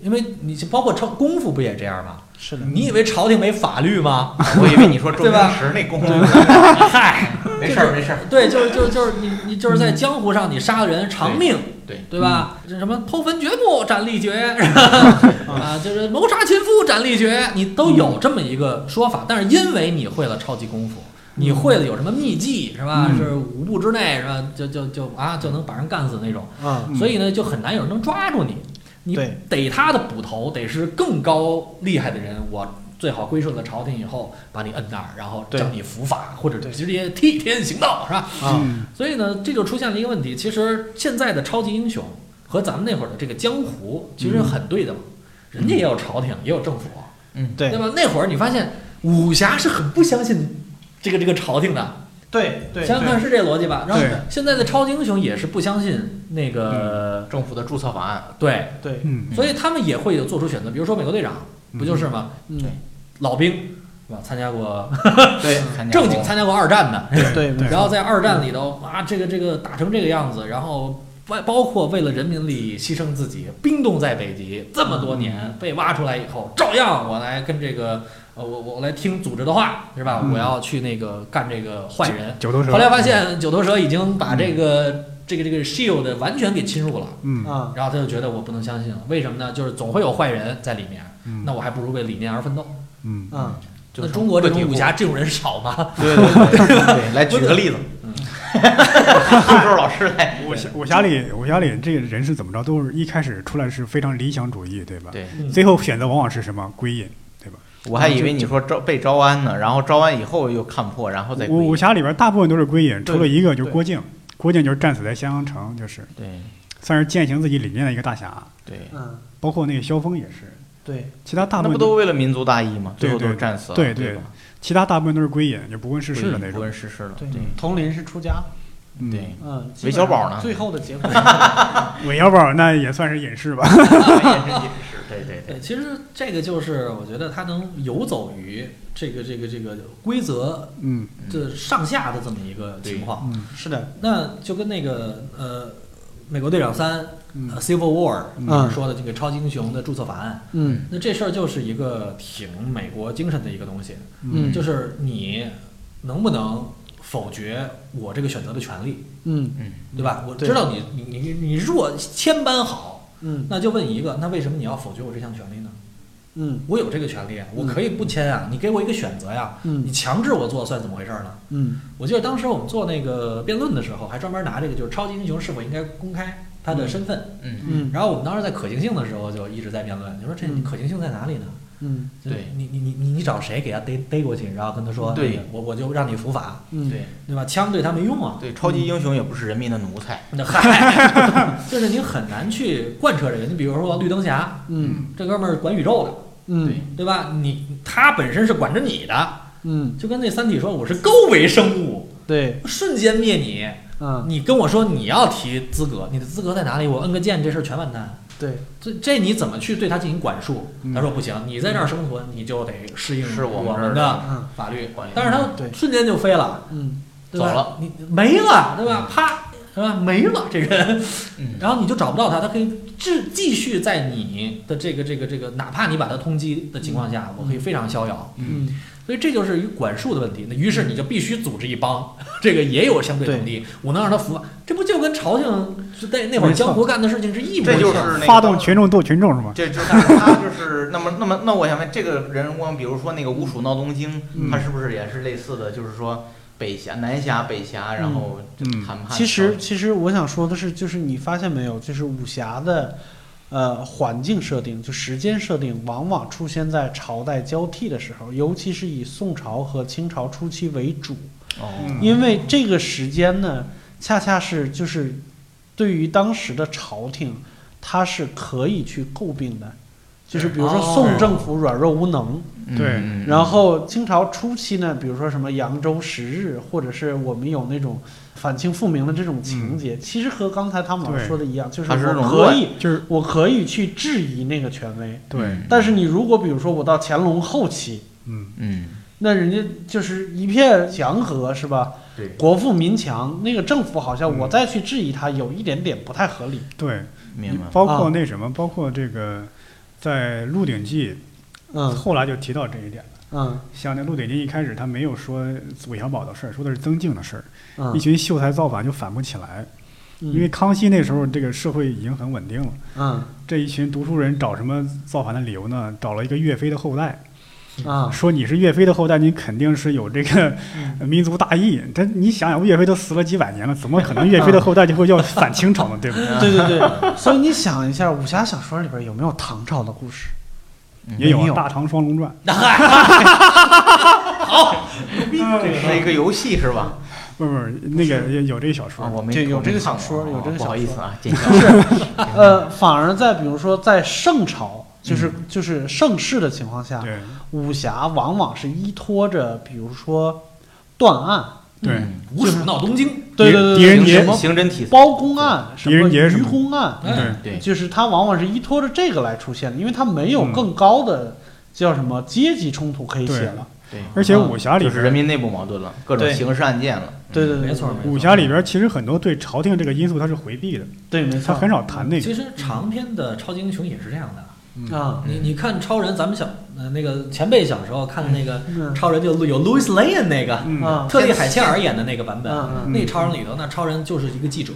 Speaker 6: 因为你包括成功夫不也这样吗？
Speaker 7: 是的，
Speaker 6: 你以为朝廷没法律吗？
Speaker 1: 我以为你说周
Speaker 6: 对吧
Speaker 1: 星驰那功夫呢，
Speaker 6: 嗨，
Speaker 1: 没事儿没事儿。
Speaker 6: 对，就就就是你你就是在江湖上你杀人偿命，
Speaker 1: 对，
Speaker 6: 对吧？
Speaker 7: 嗯
Speaker 6: 这什么剖坟掘墓斩 立决，是吧啊，就是谋杀亲夫斩立决，你都有
Speaker 7: 嗯
Speaker 6: 这么一个说法。但是因为你会了超级功夫，
Speaker 7: 嗯
Speaker 6: 你会了有什么秘技是吧？是五步之内是吧？就就就啊就能把人干死那种，
Speaker 7: 嗯，
Speaker 6: 所以呢就很难有人能抓住你。你
Speaker 7: 对
Speaker 6: 逮他的捕头得是更高厉害的人，我最好归顺了朝廷以后，把你摁那儿，然后
Speaker 7: 对
Speaker 6: 叫你伏法，或者
Speaker 7: 对
Speaker 6: 直接替天行道，是吧？
Speaker 7: 啊，
Speaker 3: 嗯
Speaker 6: 所以呢，这就出现了一个问题。其实现在的超级英雄和咱们那会儿的这个江湖其实很对等，人家也有朝廷，也有政府，
Speaker 7: 对
Speaker 6: 对吧？那会儿你发现武侠是很不相信这个这个朝廷的，
Speaker 7: 对对
Speaker 6: 想想
Speaker 7: 对
Speaker 6: 看是这逻辑吧？然后
Speaker 3: 对
Speaker 6: 现在的超级英雄也是不相信那个、
Speaker 1: 政府的注册法案，
Speaker 6: 对，
Speaker 7: 对，
Speaker 3: 嗯
Speaker 6: 所以他们也会有做出选择。比如说美国队长不就是吗？
Speaker 7: 嗯，
Speaker 6: 老兵是吧？参加过
Speaker 1: 对，
Speaker 6: 正经参加过二战的，
Speaker 7: 对对，
Speaker 6: 然后在二战里头啊，这个这个打成这个样子，然后包包括为了人民利益牺牲自己，冰冻在北极这么多
Speaker 3: 嗯
Speaker 6: 年，被挖出来以后，照样我来跟这个呃我我来听组织的话是吧？
Speaker 3: 嗯
Speaker 6: 我要去那个干这个坏人。
Speaker 3: 九头蛇。嗯
Speaker 6: 后来发，现九头蛇已经把这个这个这个 shield 完全给侵入了。
Speaker 3: 嗯
Speaker 7: 啊，
Speaker 6: 然后他就觉得我不能相信了，为什么呢？就是总会有坏人在里面，
Speaker 3: 嗯
Speaker 6: 那我还不如为理念而奋斗。
Speaker 3: 嗯
Speaker 7: 嗯，
Speaker 1: 就
Speaker 6: 那
Speaker 1: 是
Speaker 6: 中国这种武
Speaker 1: 不抵
Speaker 6: 侠这种人少吗？
Speaker 1: 触，对对对对对，来举个 例子，周周老师来，
Speaker 3: 武侠武侠里武侠里这个人是怎么着？都是一开始出来是非常理想主义，对吧？
Speaker 1: 对
Speaker 7: 嗯
Speaker 3: 最后选择往往是什么？归隐，对吧？
Speaker 1: 我还以为你说招被招安呢，然后招安以后又看破，然后再
Speaker 3: 武武
Speaker 1: 归。
Speaker 3: 侠里边大部分都是归隐，
Speaker 7: 对
Speaker 3: 除了一个就是
Speaker 7: 对
Speaker 3: 郭靖，郭靖就是战死在襄阳城，就是
Speaker 1: 对
Speaker 3: 算是践行自己理念的一个大侠。
Speaker 1: 对，
Speaker 7: 嗯，
Speaker 3: 包括那个萧峰也是，
Speaker 7: 对，
Speaker 3: 其他大
Speaker 1: 那
Speaker 3: 部
Speaker 1: 不
Speaker 3: 分
Speaker 1: 都为了民族大义吗？最后都
Speaker 3: 对
Speaker 1: 是
Speaker 3: 对
Speaker 1: 战死了，
Speaker 3: 对
Speaker 1: 对
Speaker 3: 对
Speaker 1: 吧，
Speaker 3: 其他大部分都是归隐，就不问世
Speaker 1: 是
Speaker 3: 事的那
Speaker 1: 不
Speaker 3: 种
Speaker 1: 问。世事了，
Speaker 7: 对
Speaker 1: 对，
Speaker 7: 佟林是出家，
Speaker 3: 嗯
Speaker 1: 对，
Speaker 7: 嗯，
Speaker 1: 韦小宝呢
Speaker 7: 最后的结果，
Speaker 3: 韦小宝那也算是隐士 吧。
Speaker 1: 对对对，嗯
Speaker 6: 对，呃其实这个就是我觉得他能游走于这个这个这个规则
Speaker 3: 嗯
Speaker 6: 的上下的这么一个情况。
Speaker 3: 嗯
Speaker 7: 是的，
Speaker 6: 那就跟那个呃，《美国队长三》
Speaker 3: 嗯
Speaker 6: 呃 Civil War》
Speaker 7: 嗯
Speaker 6: 说的这个超级英雄的注册法案，
Speaker 7: 嗯
Speaker 6: 那这事儿就是一个挺美国精神的一个东西。
Speaker 7: 嗯
Speaker 6: 就是你能不能否决我这个选择的权利，
Speaker 7: 嗯
Speaker 6: 对吧？我
Speaker 7: 对
Speaker 6: 知道你你你你若千般好，
Speaker 7: 嗯
Speaker 6: 那就问一个，那为什么你要否决我这项权利呢？
Speaker 7: 嗯
Speaker 6: 我有这个权利啊，我可以不签啊，你给我一个选择呀、
Speaker 7: 嗯
Speaker 6: 你强制我做算怎么回事儿呢？
Speaker 7: 嗯
Speaker 6: 我记得当时我们做那个辩论的时候，还专门拿这个就是超级英雄是否应该公开他的身份，
Speaker 1: 嗯
Speaker 7: 嗯
Speaker 6: 然后我们当时在可行性的时候就一直在辩论，就说这
Speaker 7: 嗯
Speaker 6: 可行性在哪里呢？
Speaker 7: 嗯
Speaker 6: 就是
Speaker 1: 对
Speaker 6: 你你你你你找谁给他逮逮过去，然后跟他说，
Speaker 1: 对
Speaker 6: 那个我我就让你伏法，
Speaker 7: 嗯，
Speaker 1: 对
Speaker 6: 对吧？枪对他没用啊。
Speaker 1: 对，超级英雄也不是人民的奴才，
Speaker 6: 那嗨， 就是你很难去贯彻这个。你比如说绿灯侠，
Speaker 7: 嗯
Speaker 6: 这哥们儿管宇宙的，
Speaker 7: 嗯
Speaker 6: 对吧？你他本身是管着你的，
Speaker 7: 嗯，
Speaker 6: 就跟那三体说我是高维生物，
Speaker 7: 对，
Speaker 6: 瞬间灭你。
Speaker 7: 嗯
Speaker 6: 你跟我说你要提资格，你的资格在哪里？我摁个键，这事儿全完蛋。
Speaker 7: 对，
Speaker 6: 这这你怎么去对他进行管束？
Speaker 3: 嗯
Speaker 6: 他说不行，你在这儿生存，你就得适应
Speaker 1: 是我
Speaker 6: 我
Speaker 1: 们这儿
Speaker 6: 们
Speaker 1: 的
Speaker 6: 的
Speaker 7: 嗯
Speaker 6: 法律
Speaker 1: 管理。
Speaker 6: 但是他
Speaker 7: 对
Speaker 6: 瞬间就飞了，
Speaker 7: 嗯
Speaker 6: 对吧
Speaker 1: 走了，
Speaker 6: 你没了，对吧？啪，对吧？没了这人，
Speaker 1: 嗯
Speaker 6: 然后你就找不到他，他可以继继续在你的这个这个这个，哪怕你把他通缉的情况下，我可以非常逍遥。
Speaker 7: 嗯，
Speaker 6: 所以这就是一个管束的问题。那于是你就必须组织一帮， 这个也有相对能力，我能让他服啊，这不就跟朝廷就在那会儿
Speaker 3: 没错
Speaker 6: 江湖干的事情是一模
Speaker 1: 这
Speaker 6: 一
Speaker 1: 就是
Speaker 6: 样？
Speaker 1: 那个
Speaker 3: 发动群众斗群众是吗？
Speaker 1: 这就但是他就是那么那么那我想问，这个人光比如说那个吴蜀闹东京，
Speaker 3: 嗯
Speaker 1: 他是不是也是类似的？就是说北峡、南峡、北峡，然后
Speaker 3: 嗯
Speaker 1: 谈判。
Speaker 7: 其实其实我想说的是，就是你发现没有，就是武侠的。呃，环境设定就时间设定，往往出现在朝代交替的时候，尤其是以宋朝和清朝初期为主。
Speaker 1: 哦，
Speaker 3: 嗯，
Speaker 7: 因为这个时间呢，恰恰是就是对于当时的朝廷，它是可以去诟病的，就是比如说
Speaker 6: 哦
Speaker 7: 宋政府软弱无能，
Speaker 3: 对
Speaker 1: 嗯
Speaker 7: 然后清朝初期呢，比如说什么扬州十日，或者是我们有那种反清复明的这种情节，其实和刚才他们老师
Speaker 3: 对
Speaker 7: 说的一样，就是
Speaker 1: 它是那
Speaker 7: 我
Speaker 1: 种
Speaker 7: 可以，
Speaker 3: 就是
Speaker 7: 我可以去质疑那个权威，
Speaker 3: 对，
Speaker 7: 但是你如果比如说我到乾隆后期，
Speaker 3: 嗯，
Speaker 1: 嗯，
Speaker 7: 那人家就是一片祥和，是吧？
Speaker 1: 对
Speaker 7: 国富民强，那个政府好像
Speaker 3: 嗯
Speaker 7: 我再去质疑它，有一点点不太合理。
Speaker 3: 对，
Speaker 1: 明白。
Speaker 3: 包
Speaker 7: 啊
Speaker 3: 括那什么，包括这个，在《鹿鼎记》
Speaker 7: 嗯
Speaker 3: 后来就提到这一点。
Speaker 7: 嗯
Speaker 3: 像那《鹿鼎记》一开始他没有说韦小宝的事儿，说的是曾静的事儿。一
Speaker 7: 嗯，
Speaker 3: 群秀才造反就反不起来，因为康熙那时候这个社会已经很稳定了。
Speaker 7: 嗯
Speaker 3: 这一群读书人找什么造反的理由呢？找了一个岳飞的后代，
Speaker 7: 啊
Speaker 3: 说你是岳飞的后代，你肯定是有这个呃民族大义。这你想想，岳飞都死了几百年了，怎么可能岳飞的后代就会要反清朝呢？对不对？
Speaker 7: 对对对，所以你想一下，武侠小说里边有没有唐朝的故事？
Speaker 1: 嗯
Speaker 3: 也有
Speaker 7: 没
Speaker 3: 啊
Speaker 7: 有
Speaker 3: 《大唐双龙传
Speaker 1: 这是一个游戏是吧？》，
Speaker 3: 嗯不是不是，那个也有这个小说。
Speaker 1: 啊，我没
Speaker 7: 对有
Speaker 1: 我没
Speaker 7: 这个
Speaker 1: 看
Speaker 7: 小说
Speaker 1: 过
Speaker 7: 有这个
Speaker 1: 不好
Speaker 7: 小
Speaker 1: 意
Speaker 7: 说
Speaker 1: 思 啊，见笑
Speaker 7: 呃，反而在比如说在盛朝，就是就是盛世的情况
Speaker 1: 啊
Speaker 7: 下，
Speaker 3: 嗯对
Speaker 1: 嗯
Speaker 7: 武侠往往是依托着比如说断案，
Speaker 3: 对，
Speaker 7: 嗯
Speaker 6: 吴蜀闹东京，
Speaker 7: 对对对
Speaker 3: 狄
Speaker 7: 对，
Speaker 3: 仁杰
Speaker 7: 什么
Speaker 1: 刑侦题材，
Speaker 7: 包公案、什
Speaker 3: 狄
Speaker 7: 么
Speaker 3: 仁杰什
Speaker 7: 于
Speaker 3: 么嗯
Speaker 7: 公案，
Speaker 6: 哎
Speaker 3: 对，
Speaker 1: 对，
Speaker 7: 就是它往往是依托着这个来出现的，因为它没有更高的叫什么阶级冲突可以写了。
Speaker 1: 对，
Speaker 3: 而且武侠里
Speaker 1: 就是
Speaker 3: 边
Speaker 1: 人民内部矛盾了，各种
Speaker 7: 对
Speaker 1: 刑事案件了。
Speaker 7: 对对对，
Speaker 6: 嗯没错没错。
Speaker 3: 武侠里边其实很多对朝廷这个因素它是回避的，
Speaker 7: 对，没
Speaker 3: 它
Speaker 7: 错
Speaker 3: 很少谈那个
Speaker 6: 其。实长篇的超级英雄也是这样的。
Speaker 1: 嗯
Speaker 7: 啊，
Speaker 6: 你你看超人，咱们小呃那个前辈小时候看的那个
Speaker 7: 嗯
Speaker 6: 超人，就有 Louis Lane 那个
Speaker 3: 嗯
Speaker 7: 啊
Speaker 6: 特利海切尔演的那个版本
Speaker 7: 嗯，
Speaker 3: 嗯
Speaker 6: 那超人里头，那超人就是一个记者，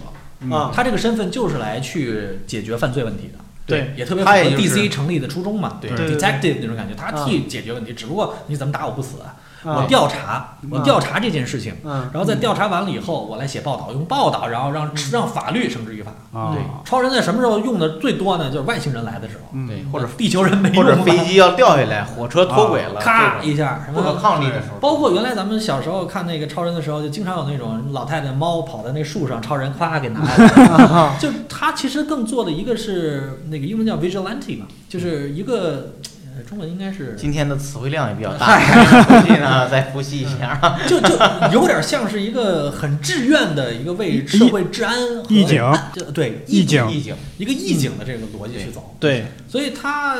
Speaker 7: 啊，
Speaker 6: 他这个身份就是来去解决犯罪问题的。
Speaker 7: 对，
Speaker 6: 也特别符
Speaker 1: 他
Speaker 6: 合
Speaker 1: 也就是
Speaker 6: DC 成立的初衷嘛，
Speaker 1: 嗯对
Speaker 7: 对对对
Speaker 6: detective 那种感觉，他
Speaker 7: 啊
Speaker 6: 替解决问题，只不过你怎么打我不死，
Speaker 1: 嗯
Speaker 7: 啊
Speaker 6: 我调查，我
Speaker 7: 啊
Speaker 6: 调查这件事情，
Speaker 7: 嗯
Speaker 6: 然后在调查完了以后，我来写报道，用报道，然后让让法律绳之以法。
Speaker 3: 啊
Speaker 1: 对，
Speaker 6: 超人在什么时候用的最多呢？就是外星人来的时候，
Speaker 3: 嗯
Speaker 1: 对，或者
Speaker 6: 地球人没
Speaker 1: 或
Speaker 6: 用
Speaker 1: 者
Speaker 6: 吧，
Speaker 1: 飞机要掉下来，火车脱轨
Speaker 3: 啊
Speaker 1: 了，
Speaker 6: 咔
Speaker 1: 这种
Speaker 6: 一下，什
Speaker 1: 不可
Speaker 6: 么
Speaker 1: 抗力的时候，
Speaker 6: 包括原来咱们小时候看那个超人的时候，就经常有那种老太太猫跑到那树上，超人咵给拿下来。就他其实更做的一个是那个英文叫 vigilante 嘛，就是一个呃中文应该是
Speaker 1: 今天的词汇量也比较大， 回去呢再复习一
Speaker 7: 嗯
Speaker 1: 下。啊
Speaker 6: 就就有点像是一个很志愿的一个为社会治安和啊
Speaker 3: 义警
Speaker 6: 就对
Speaker 3: 意
Speaker 6: 义
Speaker 3: 境
Speaker 1: 意境，
Speaker 6: 一个义警的这个逻辑去走，
Speaker 7: 对
Speaker 6: 所以他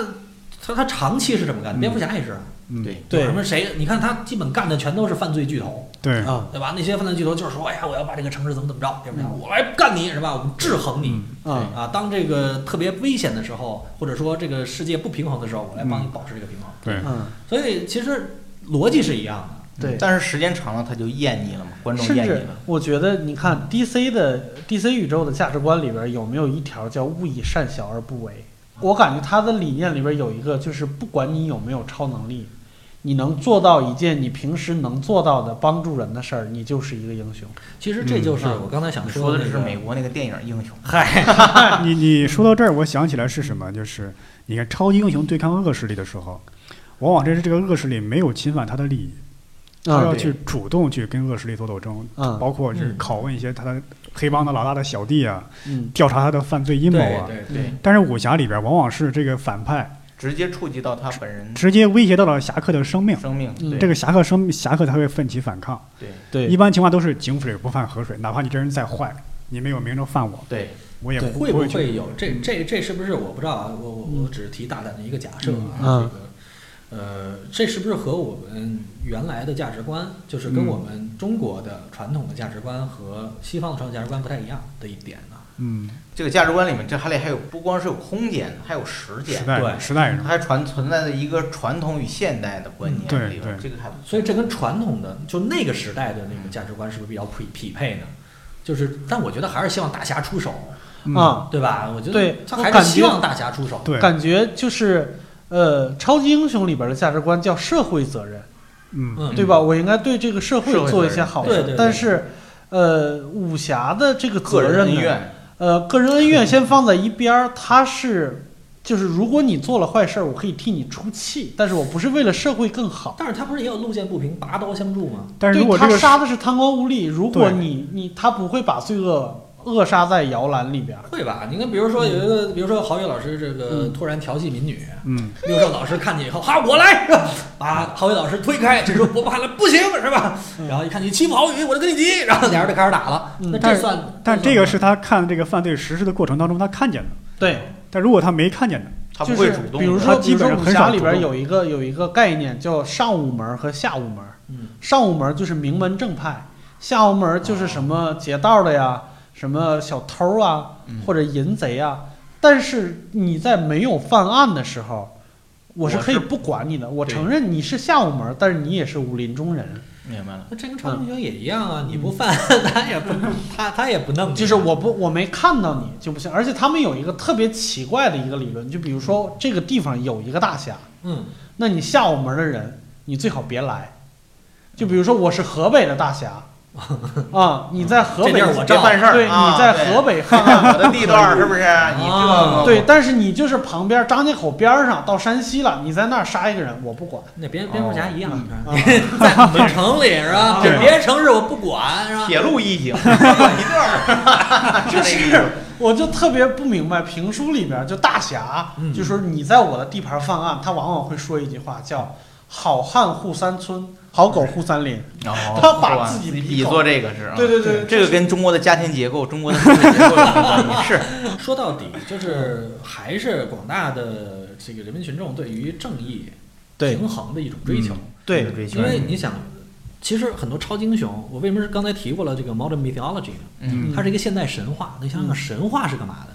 Speaker 6: 他他长期是这么干，蝙蝠侠也是啊，
Speaker 3: 嗯
Speaker 1: 对
Speaker 7: 对
Speaker 6: 什么谁你看他基本干的全都是犯罪巨头。
Speaker 3: 对
Speaker 7: 啊
Speaker 6: 对吧？那些犯罪巨头就是说，哎呀，我要把这个城市怎么怎么着，对不对？我来干你是吧？我们制衡你
Speaker 7: 啊
Speaker 6: 啊！当这个特别危险的时候，或者说这个世界不平衡的时候，我来帮你保持这个平衡。
Speaker 3: 对，
Speaker 7: 嗯，
Speaker 6: 所以其实逻辑是一样的。
Speaker 7: 对，
Speaker 1: 但是时间长了他就厌腻了嘛，观众
Speaker 7: 甚
Speaker 1: 厌腻
Speaker 7: 至
Speaker 1: 了。
Speaker 7: 我觉得你看 DC 的 DC 宇宙的价值观里边有没有一条叫勿以善小而不为？我感觉他的理念里边有一个，就是不管你有没有超能力，你能做到一件你平时能做到的帮助人的事儿，你就是一个英雄。
Speaker 6: 其实这就是
Speaker 7: 嗯
Speaker 6: 我刚才想
Speaker 1: 你说
Speaker 6: 的
Speaker 1: 的
Speaker 6: 那
Speaker 1: 是
Speaker 6: 个
Speaker 1: 美。国那个电影《英雄》，
Speaker 6: 嗨，
Speaker 3: 你你说到这儿，我想起来是什么，就是你看超级英雄对抗恶势力的时候，往往这是这个恶势力没有侵犯他的利益，他
Speaker 7: 啊
Speaker 3: 要去主动去跟恶势力做斗争，
Speaker 7: 啊
Speaker 3: 包括是拷问一些他的黑帮的老大的小弟啊，
Speaker 7: 嗯
Speaker 3: 调查他的犯罪阴谋啊。
Speaker 6: 对对
Speaker 7: 对
Speaker 3: 但是武侠里边往往是这个反派
Speaker 1: 直接触及到他本人
Speaker 3: 直接威胁到了侠客的生命。
Speaker 1: 生命。
Speaker 7: 嗯
Speaker 1: 对
Speaker 3: 这个侠客生侠客他会奋起反抗，
Speaker 1: 对
Speaker 3: 一
Speaker 7: 对，
Speaker 3: 般情况都是井水不犯河水，哪怕你这人再坏，你没有明着犯我，
Speaker 1: 对，
Speaker 3: 我也
Speaker 7: 对
Speaker 3: 不
Speaker 6: 会不
Speaker 3: 会去。
Speaker 6: 会有这
Speaker 7: 嗯
Speaker 6: 这这是不是我不知道啊？我我我只是提大胆的一个假设啊，
Speaker 7: 嗯
Speaker 6: 这个呃，这是不是和我们原来的价值观，就是跟
Speaker 3: 嗯
Speaker 6: 我们中国的传统的价值观和西方的传统价值观不太一样的一点呢？
Speaker 3: 嗯，
Speaker 1: 这个价值观里面，这还里还有不光是有空间，还有时间
Speaker 3: 时，代
Speaker 6: 对
Speaker 3: 时代
Speaker 1: 它
Speaker 3: 人，
Speaker 1: 还传存在着一个传统与现代的观
Speaker 6: 嗯
Speaker 1: 念
Speaker 3: 对
Speaker 1: 里边，
Speaker 3: 对
Speaker 1: 这个还不
Speaker 7: 嗯
Speaker 1: 错。
Speaker 6: 所以这跟传统的就那个时代的那种价值观是不是比较匹匹配呢？就是，但我觉得还是希望大侠出手，
Speaker 3: 嗯
Speaker 7: 啊，
Speaker 6: 对吧？我觉得
Speaker 7: 对
Speaker 6: 他
Speaker 7: 我
Speaker 6: 还
Speaker 7: 感
Speaker 6: 是希
Speaker 7: 觉
Speaker 6: 望大侠出手。
Speaker 3: 对，
Speaker 7: 感觉就是呃，超级英雄里边的价值观叫社会责任，
Speaker 3: 嗯
Speaker 6: 嗯，
Speaker 7: 对吧？我应该对这个社会
Speaker 1: 社会责
Speaker 7: 做一
Speaker 1: 任
Speaker 7: 些好
Speaker 6: 对对
Speaker 7: 事
Speaker 6: 对，
Speaker 7: 但是呃，武侠的这个责
Speaker 1: 个人
Speaker 7: 任
Speaker 1: 恩
Speaker 7: 呢，
Speaker 1: 怨，
Speaker 7: 呃，个人恩怨先放在一边儿，他是就是如果你做了坏事儿，我可以替你出气，但是我不是为了社会更好。
Speaker 6: 但是他不是也有路见不平拔刀相助吗？
Speaker 3: 但是如
Speaker 7: 对
Speaker 3: 果这
Speaker 7: 他
Speaker 3: 个
Speaker 7: 杀的是贪官污吏，如果
Speaker 3: 对
Speaker 7: 你你他不会把罪恶扼杀在摇篮里边儿。
Speaker 6: 会吧？你看，比如说有一个，比如说郝宇老师这个
Speaker 7: 嗯
Speaker 6: 突然调戏民女，
Speaker 3: 嗯，
Speaker 6: 六少老师看见以后，哈，我来， 把郝宇老师推开。这时候伯伯喊了，不行，是吧？然后一看你欺负郝宇，我就跟你急，然后俩人就开始打了。
Speaker 7: 嗯
Speaker 6: 那这
Speaker 3: 但是
Speaker 6: 算？
Speaker 3: 但这个是他看这个犯罪实施的过程当中他看见的，
Speaker 7: 对，
Speaker 3: 但如果他没看见的，
Speaker 1: 他不
Speaker 7: 就
Speaker 1: 会
Speaker 7: 是
Speaker 1: 主动的。
Speaker 7: 比如
Speaker 3: 他
Speaker 7: 说，
Speaker 3: 基
Speaker 7: 比
Speaker 3: 本
Speaker 7: 如说
Speaker 3: 上
Speaker 7: 武
Speaker 3: 很少
Speaker 7: 侠里边
Speaker 3: 主动
Speaker 7: 儿有一个有一个概念叫上午门儿和下午门儿。
Speaker 6: 嗯
Speaker 7: 上午门儿就是名门正派，下午门儿就是什么劫道的呀，什么小偷啊，
Speaker 1: 嗯
Speaker 7: 或者淫贼啊。但是你在没有犯案的时候，我是
Speaker 1: 我
Speaker 7: 可以
Speaker 1: 是
Speaker 7: 不管你的。我
Speaker 1: 对
Speaker 7: 承认你是下午门儿，但是你也是武林中人。
Speaker 1: 明白了，
Speaker 6: 那这跟超级英雄也一样啊，你不犯， 他也不，他他也不
Speaker 1: 嗯
Speaker 6: 弄你。啊
Speaker 7: 就是我不我没看到你就不行。而且他们有一个特别奇怪的一个理论，就比如说这个地方有一个大侠，
Speaker 6: 嗯，
Speaker 7: 那你下午门的人，你最好别来。就比如说我是河北的大侠，啊，你在河
Speaker 6: 这
Speaker 7: 北
Speaker 6: 地儿我
Speaker 1: 别
Speaker 6: 照
Speaker 1: 办事儿
Speaker 7: 对，
Speaker 1: 啊
Speaker 7: 你在河北 犯案，
Speaker 1: 我的地段 是不是？你这个
Speaker 7: 对，但是你就是旁边张家口边儿上到山西了，你在那儿杀一个人，我不管。
Speaker 6: 那蝙蝙蝠侠一样，
Speaker 7: 哦
Speaker 6: 是吧在我们城里是吧？
Speaker 3: 对
Speaker 6: 这别的城市我不管是吧？
Speaker 1: 铁路一景 一 段儿，
Speaker 7: 就
Speaker 1: 那意
Speaker 7: 是
Speaker 1: 思
Speaker 7: 我就特别不明白，评书里边就大侠
Speaker 6: 嗯
Speaker 7: 就说你在我的地盘犯案，他往往会说一句话叫“好汉护三村，好狗护三林
Speaker 1: 哦
Speaker 7: 他把
Speaker 1: 是吧
Speaker 7: 自己比
Speaker 1: 比
Speaker 7: 口
Speaker 1: 作这个是”。啊，
Speaker 7: 对对对，
Speaker 1: 这个跟中国的家庭结构、中国的社会结构有关 系，是
Speaker 6: 说到底，就是还是广大的这个人民群众对于正义、
Speaker 7: 对
Speaker 6: 平衡的一种追求。
Speaker 7: 对
Speaker 1: 追求
Speaker 6: 因，为你想，其实很多超级英雄，我为什么刚才提过了这个 modern mythology 呢？
Speaker 1: 嗯，
Speaker 6: 它是一个现代神话。你想想，神话是干嘛的？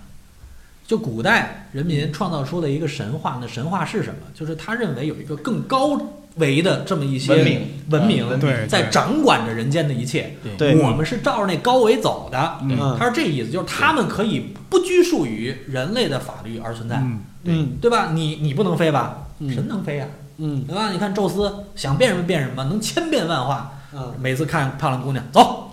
Speaker 6: 就古代人民创造出了一个神话，那神话是什么？就是他认为有一个更高维的这么一些
Speaker 1: 文明
Speaker 6: 文明
Speaker 1: 嗯文
Speaker 3: 明
Speaker 6: 在
Speaker 3: 对
Speaker 6: 掌管着人间的一切。
Speaker 7: 对
Speaker 6: 我们是照着那高维走的。
Speaker 7: 嗯
Speaker 6: 他是这意思，就是他们可以不拘束于人类的法律而存在，
Speaker 3: 嗯，
Speaker 7: 嗯
Speaker 6: 对吧？你你不能飞吧？
Speaker 7: 嗯
Speaker 6: 神能飞啊呀、
Speaker 7: 嗯
Speaker 6: 对吧？你看宙斯想变什么变什么，能千变万化。
Speaker 7: 嗯，
Speaker 6: 每次看漂亮姑娘，走，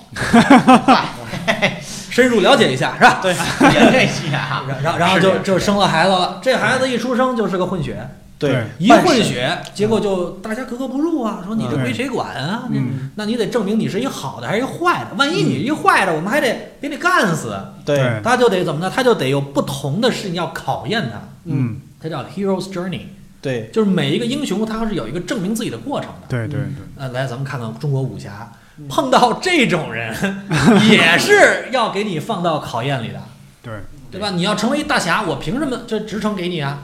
Speaker 6: 深入了解一下，是吧？
Speaker 7: 对，
Speaker 1: 演这戏啊，
Speaker 6: 然然然后
Speaker 1: 是
Speaker 6: 就
Speaker 1: 的
Speaker 6: 就生了孩子了。这孩子一出生就是个混血，
Speaker 3: 对
Speaker 7: 嗯
Speaker 6: 一混血，结果就大家格格不入啊，说你这
Speaker 3: 嗯
Speaker 6: 归谁管啊？你
Speaker 3: 嗯
Speaker 6: 那你得证明你是一好的还是一坏的。万一你一坏的，我们还
Speaker 3: 嗯
Speaker 6: 得给你干死。
Speaker 3: 对，
Speaker 6: 他就得怎么呢？他就得有不同的事情要考验他，
Speaker 3: 嗯，
Speaker 6: 他叫 hero's journey，
Speaker 7: 对
Speaker 6: 就是每一个英雄他是有一个证明自己的过程的。
Speaker 3: 对对对，
Speaker 6: 呃，来，咱们看看中国武侠，碰到这种人也是要给你放到考验里的，
Speaker 3: 对，
Speaker 6: 对吧？你要成为大侠，我凭什么这职称给你啊？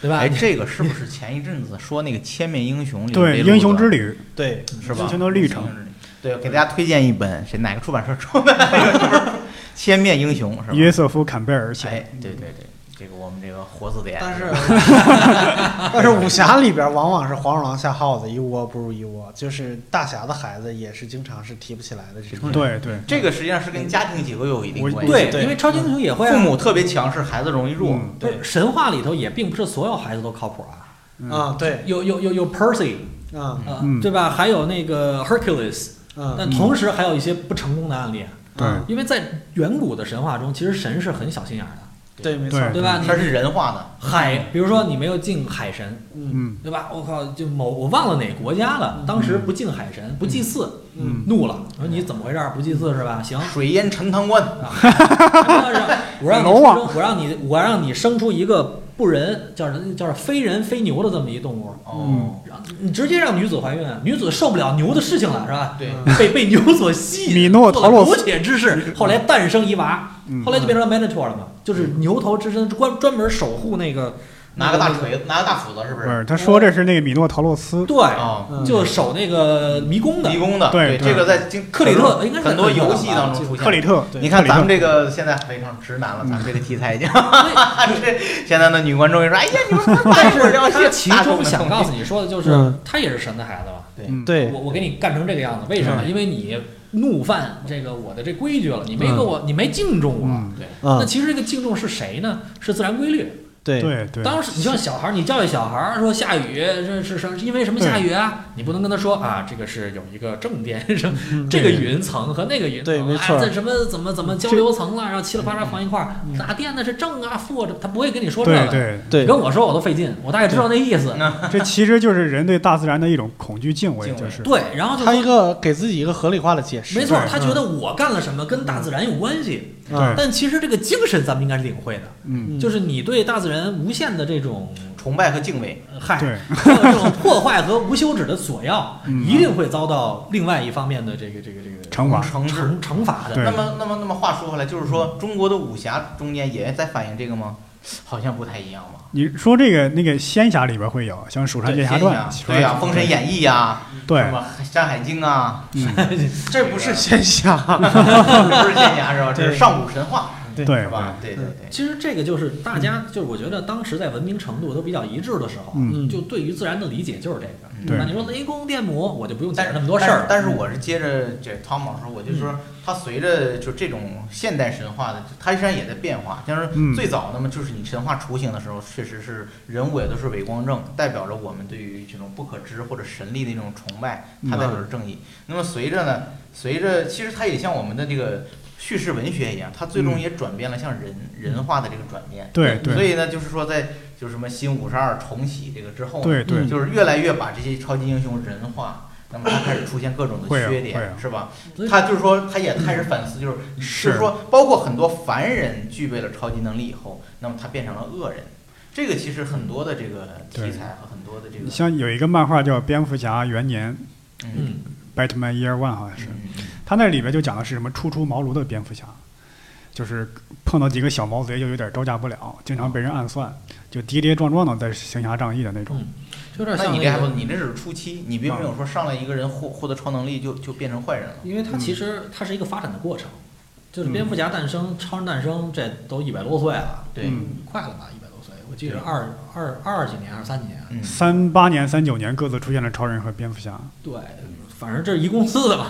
Speaker 6: 对吧？
Speaker 1: 哎，这个是不是前一阵子说那个《千面英雄》里
Speaker 3: 对，英雄之
Speaker 1: 旅
Speaker 3: 旅，
Speaker 7: 对，
Speaker 1: 是吧？
Speaker 3: 英雄的历程
Speaker 1: 英雄之旅，对，给大家推荐一本，谁哪个出版社出的？ 《千面英雄》是吧？
Speaker 3: 约瑟夫·坎贝尔写
Speaker 1: 哎
Speaker 3: 的，，
Speaker 1: 对对对，这个我们这个活字典，
Speaker 7: 但是但是武侠里边往往是黄鼠狼下耗子，一窝不如一窝，就是大侠的孩子也是经常是提不起来的这种。
Speaker 3: 对对，
Speaker 1: 这个实际上是跟家庭结构有一定
Speaker 3: 我
Speaker 1: 关系。
Speaker 6: 对，
Speaker 7: 对
Speaker 6: 因为超级英雄也会
Speaker 1: 父
Speaker 6: 啊。
Speaker 1: 母特别强势，孩子容易弱。
Speaker 3: 嗯
Speaker 6: 不是神话里头也并不是所有孩子都靠谱啊，
Speaker 7: 啊，对，
Speaker 6: 有有有有 Percy，
Speaker 7: 啊
Speaker 6: 呃
Speaker 3: 嗯
Speaker 6: 对吧？还有那个 Hercules，
Speaker 7: 嗯
Speaker 6: 但同时还有一些不成功的案例啊。
Speaker 3: 对
Speaker 6: 因为在远古的神话中，其实神是很小心眼儿的，
Speaker 7: 对，没错，
Speaker 3: 对
Speaker 6: 对吧？
Speaker 1: 它
Speaker 6: 你
Speaker 1: 是人化的，
Speaker 6: 海，比如说你没有敬海神，
Speaker 7: 嗯
Speaker 3: 嗯
Speaker 6: 对吧？我靠，就某我忘了哪国家了，当时不敬海神，不祭祀，
Speaker 7: 嗯
Speaker 6: 怒了，说你怎么回事儿？不祭祀是吧？行，
Speaker 1: 水淹陈塘关，
Speaker 6: 我让你
Speaker 3: 龙王
Speaker 6: 出生我让你我让你生出一个不人，叫什么叫非人非牛的这么一动物，
Speaker 3: 嗯
Speaker 1: 哦，
Speaker 6: 让你直接让女子怀孕，啊女子受不了牛的事情了，是
Speaker 1: 哦
Speaker 6: 吧？
Speaker 1: 对，
Speaker 6: 被被牛所吸引，
Speaker 3: 米诺陶洛斯
Speaker 6: 做了苟且之事，后来诞生一娃，
Speaker 3: 嗯
Speaker 6: 后来就变成了 Minotaur 了嘛，就是牛头之身，专专门守护那个
Speaker 1: 拿个大锤子，拿个大斧子，是不
Speaker 3: 不
Speaker 1: 是？
Speaker 3: 是，他说这是那个米诺陶洛斯，
Speaker 6: 对，
Speaker 1: 啊，嗯
Speaker 7: 嗯
Speaker 6: 就守那个迷宫的
Speaker 1: 迷宫的，
Speaker 3: 对对
Speaker 1: 这个在经
Speaker 6: 克里特，应该是
Speaker 1: 很多
Speaker 6: 克里特
Speaker 1: 游
Speaker 6: 吧
Speaker 1: 戏当中出现。
Speaker 3: 克里特，
Speaker 7: 对
Speaker 1: 你看咱们
Speaker 3: 这
Speaker 1: 这个现在非常直男了，咱们这个题材已经， 这现在的女观众也说，哎呀， 你们
Speaker 6: 嗯但
Speaker 1: 会儿
Speaker 6: 是
Speaker 1: 要
Speaker 6: 他
Speaker 1: 写
Speaker 6: 其
Speaker 1: 大众的
Speaker 6: 中想
Speaker 1: 东
Speaker 6: 告
Speaker 1: 西
Speaker 6: 诉你说的就是
Speaker 7: 嗯，
Speaker 6: 他也是神的孩子吧？
Speaker 3: 嗯
Speaker 7: 对嗯
Speaker 6: 我，我给你干成这个样子，为什么？因为你怒犯这个我的这规矩了，你没给我，你没敬重我。
Speaker 3: 嗯
Speaker 6: 那
Speaker 7: 嗯，
Speaker 6: 其实这个敬重是谁呢？是自然规律。
Speaker 7: 对，
Speaker 3: 对对，
Speaker 6: 当时你像小孩儿，你教育小孩儿说下雨这是什因为什么下雨啊？你不能跟他说啊，这个是有一个正电，什么这个云层和那个云
Speaker 7: 嗯
Speaker 6: 层，
Speaker 7: 对没错
Speaker 6: 哎这什么怎么怎么交流层啊了，然后噼里啪啦放一块儿
Speaker 7: 嗯，
Speaker 6: 打电的是正啊负啊，这他不会跟你说这
Speaker 3: 对
Speaker 6: 个。
Speaker 3: 对，
Speaker 7: 对
Speaker 6: 你跟我说我都费劲，我大概知道那意思。
Speaker 3: 这其实就是人对大自然的一种恐惧敬畏，
Speaker 1: 敬畏
Speaker 3: 就是
Speaker 6: 对，然后就
Speaker 7: 他
Speaker 6: 说
Speaker 7: 一个给自己一个合理化的解释，
Speaker 6: 没错
Speaker 3: 对，嗯
Speaker 6: 他觉得我干了什么跟大自然有关系，
Speaker 3: 对，
Speaker 6: 但其实这个精神咱们应该是领会的，
Speaker 3: 嗯，
Speaker 7: 嗯
Speaker 6: 就是你对大自然无限的这种
Speaker 1: 崇拜和敬畏，
Speaker 6: 呃 嗨，
Speaker 3: 对，
Speaker 6: 还有这种破坏和无休止的索要，
Speaker 3: 嗯
Speaker 6: 一定会遭到另外一方面的这个这个这个
Speaker 3: 惩罚，
Speaker 1: 惩治。
Speaker 6: 惩惩罚的。
Speaker 3: 对
Speaker 1: 那么，那么，那么话说回来，就是说中国的武侠中间也在反映这个吗？好像不太一样吧。
Speaker 3: 你说这个那个仙侠里边会有，像《蜀山剑侠传》，蜀山
Speaker 1: 对呀，啊《封神演义》呀，
Speaker 3: 对
Speaker 1: 什，么《山海经》 啊，
Speaker 3: 嗯，
Speaker 1: 这不是
Speaker 7: 仙侠，
Speaker 1: 不是仙侠是吧？这是
Speaker 7: 对
Speaker 1: 上古神话
Speaker 3: 对
Speaker 1: 是吧？对对对，
Speaker 6: 其实这个就是大家就是我觉得当时在文明程度都比较一致的时候，
Speaker 3: 嗯
Speaker 7: 嗯，
Speaker 6: 就对于自然的理解就是这个。
Speaker 3: 对
Speaker 6: 那你说雷公电母，我就不用
Speaker 1: 但
Speaker 6: 讲
Speaker 1: 是
Speaker 6: 那么多事儿了。嗯
Speaker 1: 但是但是我是接着这汤姆说，我就说它随着就这种现代神话的，它实际上也在变化。像
Speaker 3: 嗯
Speaker 1: 是最早那么就是你神话雏形的时候，确实是人物也都是伪光正，代表着我们对于这种不可知或者神力的一种崇拜，它代表着正
Speaker 6: 嗯
Speaker 1: 义。那么随着呢，随着其实它也像我们的这个。叙事文学一样，它最
Speaker 6: 嗯
Speaker 1: 终也转变了像人、人化的这个转变。
Speaker 3: 对对
Speaker 1: 所以呢，就是说在就是什么新五十二重启这个之后呢，
Speaker 3: 对对，
Speaker 1: 就是越来越把这些超级英雄人化，那么他开始出现各种的
Speaker 3: 会啊
Speaker 1: 缺
Speaker 3: 会啊
Speaker 1: 点，是吧
Speaker 6: 所？以
Speaker 1: 他就是说，他也开始反思，就是
Speaker 3: 是
Speaker 1: 就是说，包括很多凡人具备了超级能力以后，那么他变成了恶人。这个其实很多的这个
Speaker 3: 对
Speaker 1: 题材啊和很多的这个，
Speaker 3: 像有一个漫画叫《蝙蝠侠元年
Speaker 1: 嗯，
Speaker 6: 嗯，》
Speaker 3: （Batman Year One），好像是，他那里边就讲的是什么初出茅庐的蝙蝠侠，就是碰到几个小毛贼就有点招架不了，经常被人暗算，就跌跌撞撞的在行侠仗义的那种。
Speaker 6: 嗯就有点
Speaker 1: 那
Speaker 6: 像
Speaker 1: 你这
Speaker 6: 个
Speaker 1: 还不，你这只是初期，你并没
Speaker 3: 啊
Speaker 1: 有说上来一个人获获得超能力就就变成坏人了。
Speaker 6: 因为它其实它是一个发展的过程，就是蝙蝠侠诞生、超人诞生，这都一百多岁了，
Speaker 1: 对，
Speaker 3: 嗯
Speaker 6: 快了吧？一百多岁，我记得
Speaker 1: 对
Speaker 6: 二二二几年，二三年。
Speaker 1: 嗯，
Speaker 3: 三八年、三九年各自出现了超人和蝙蝠侠，
Speaker 6: 对，反正这是一公司的嘛。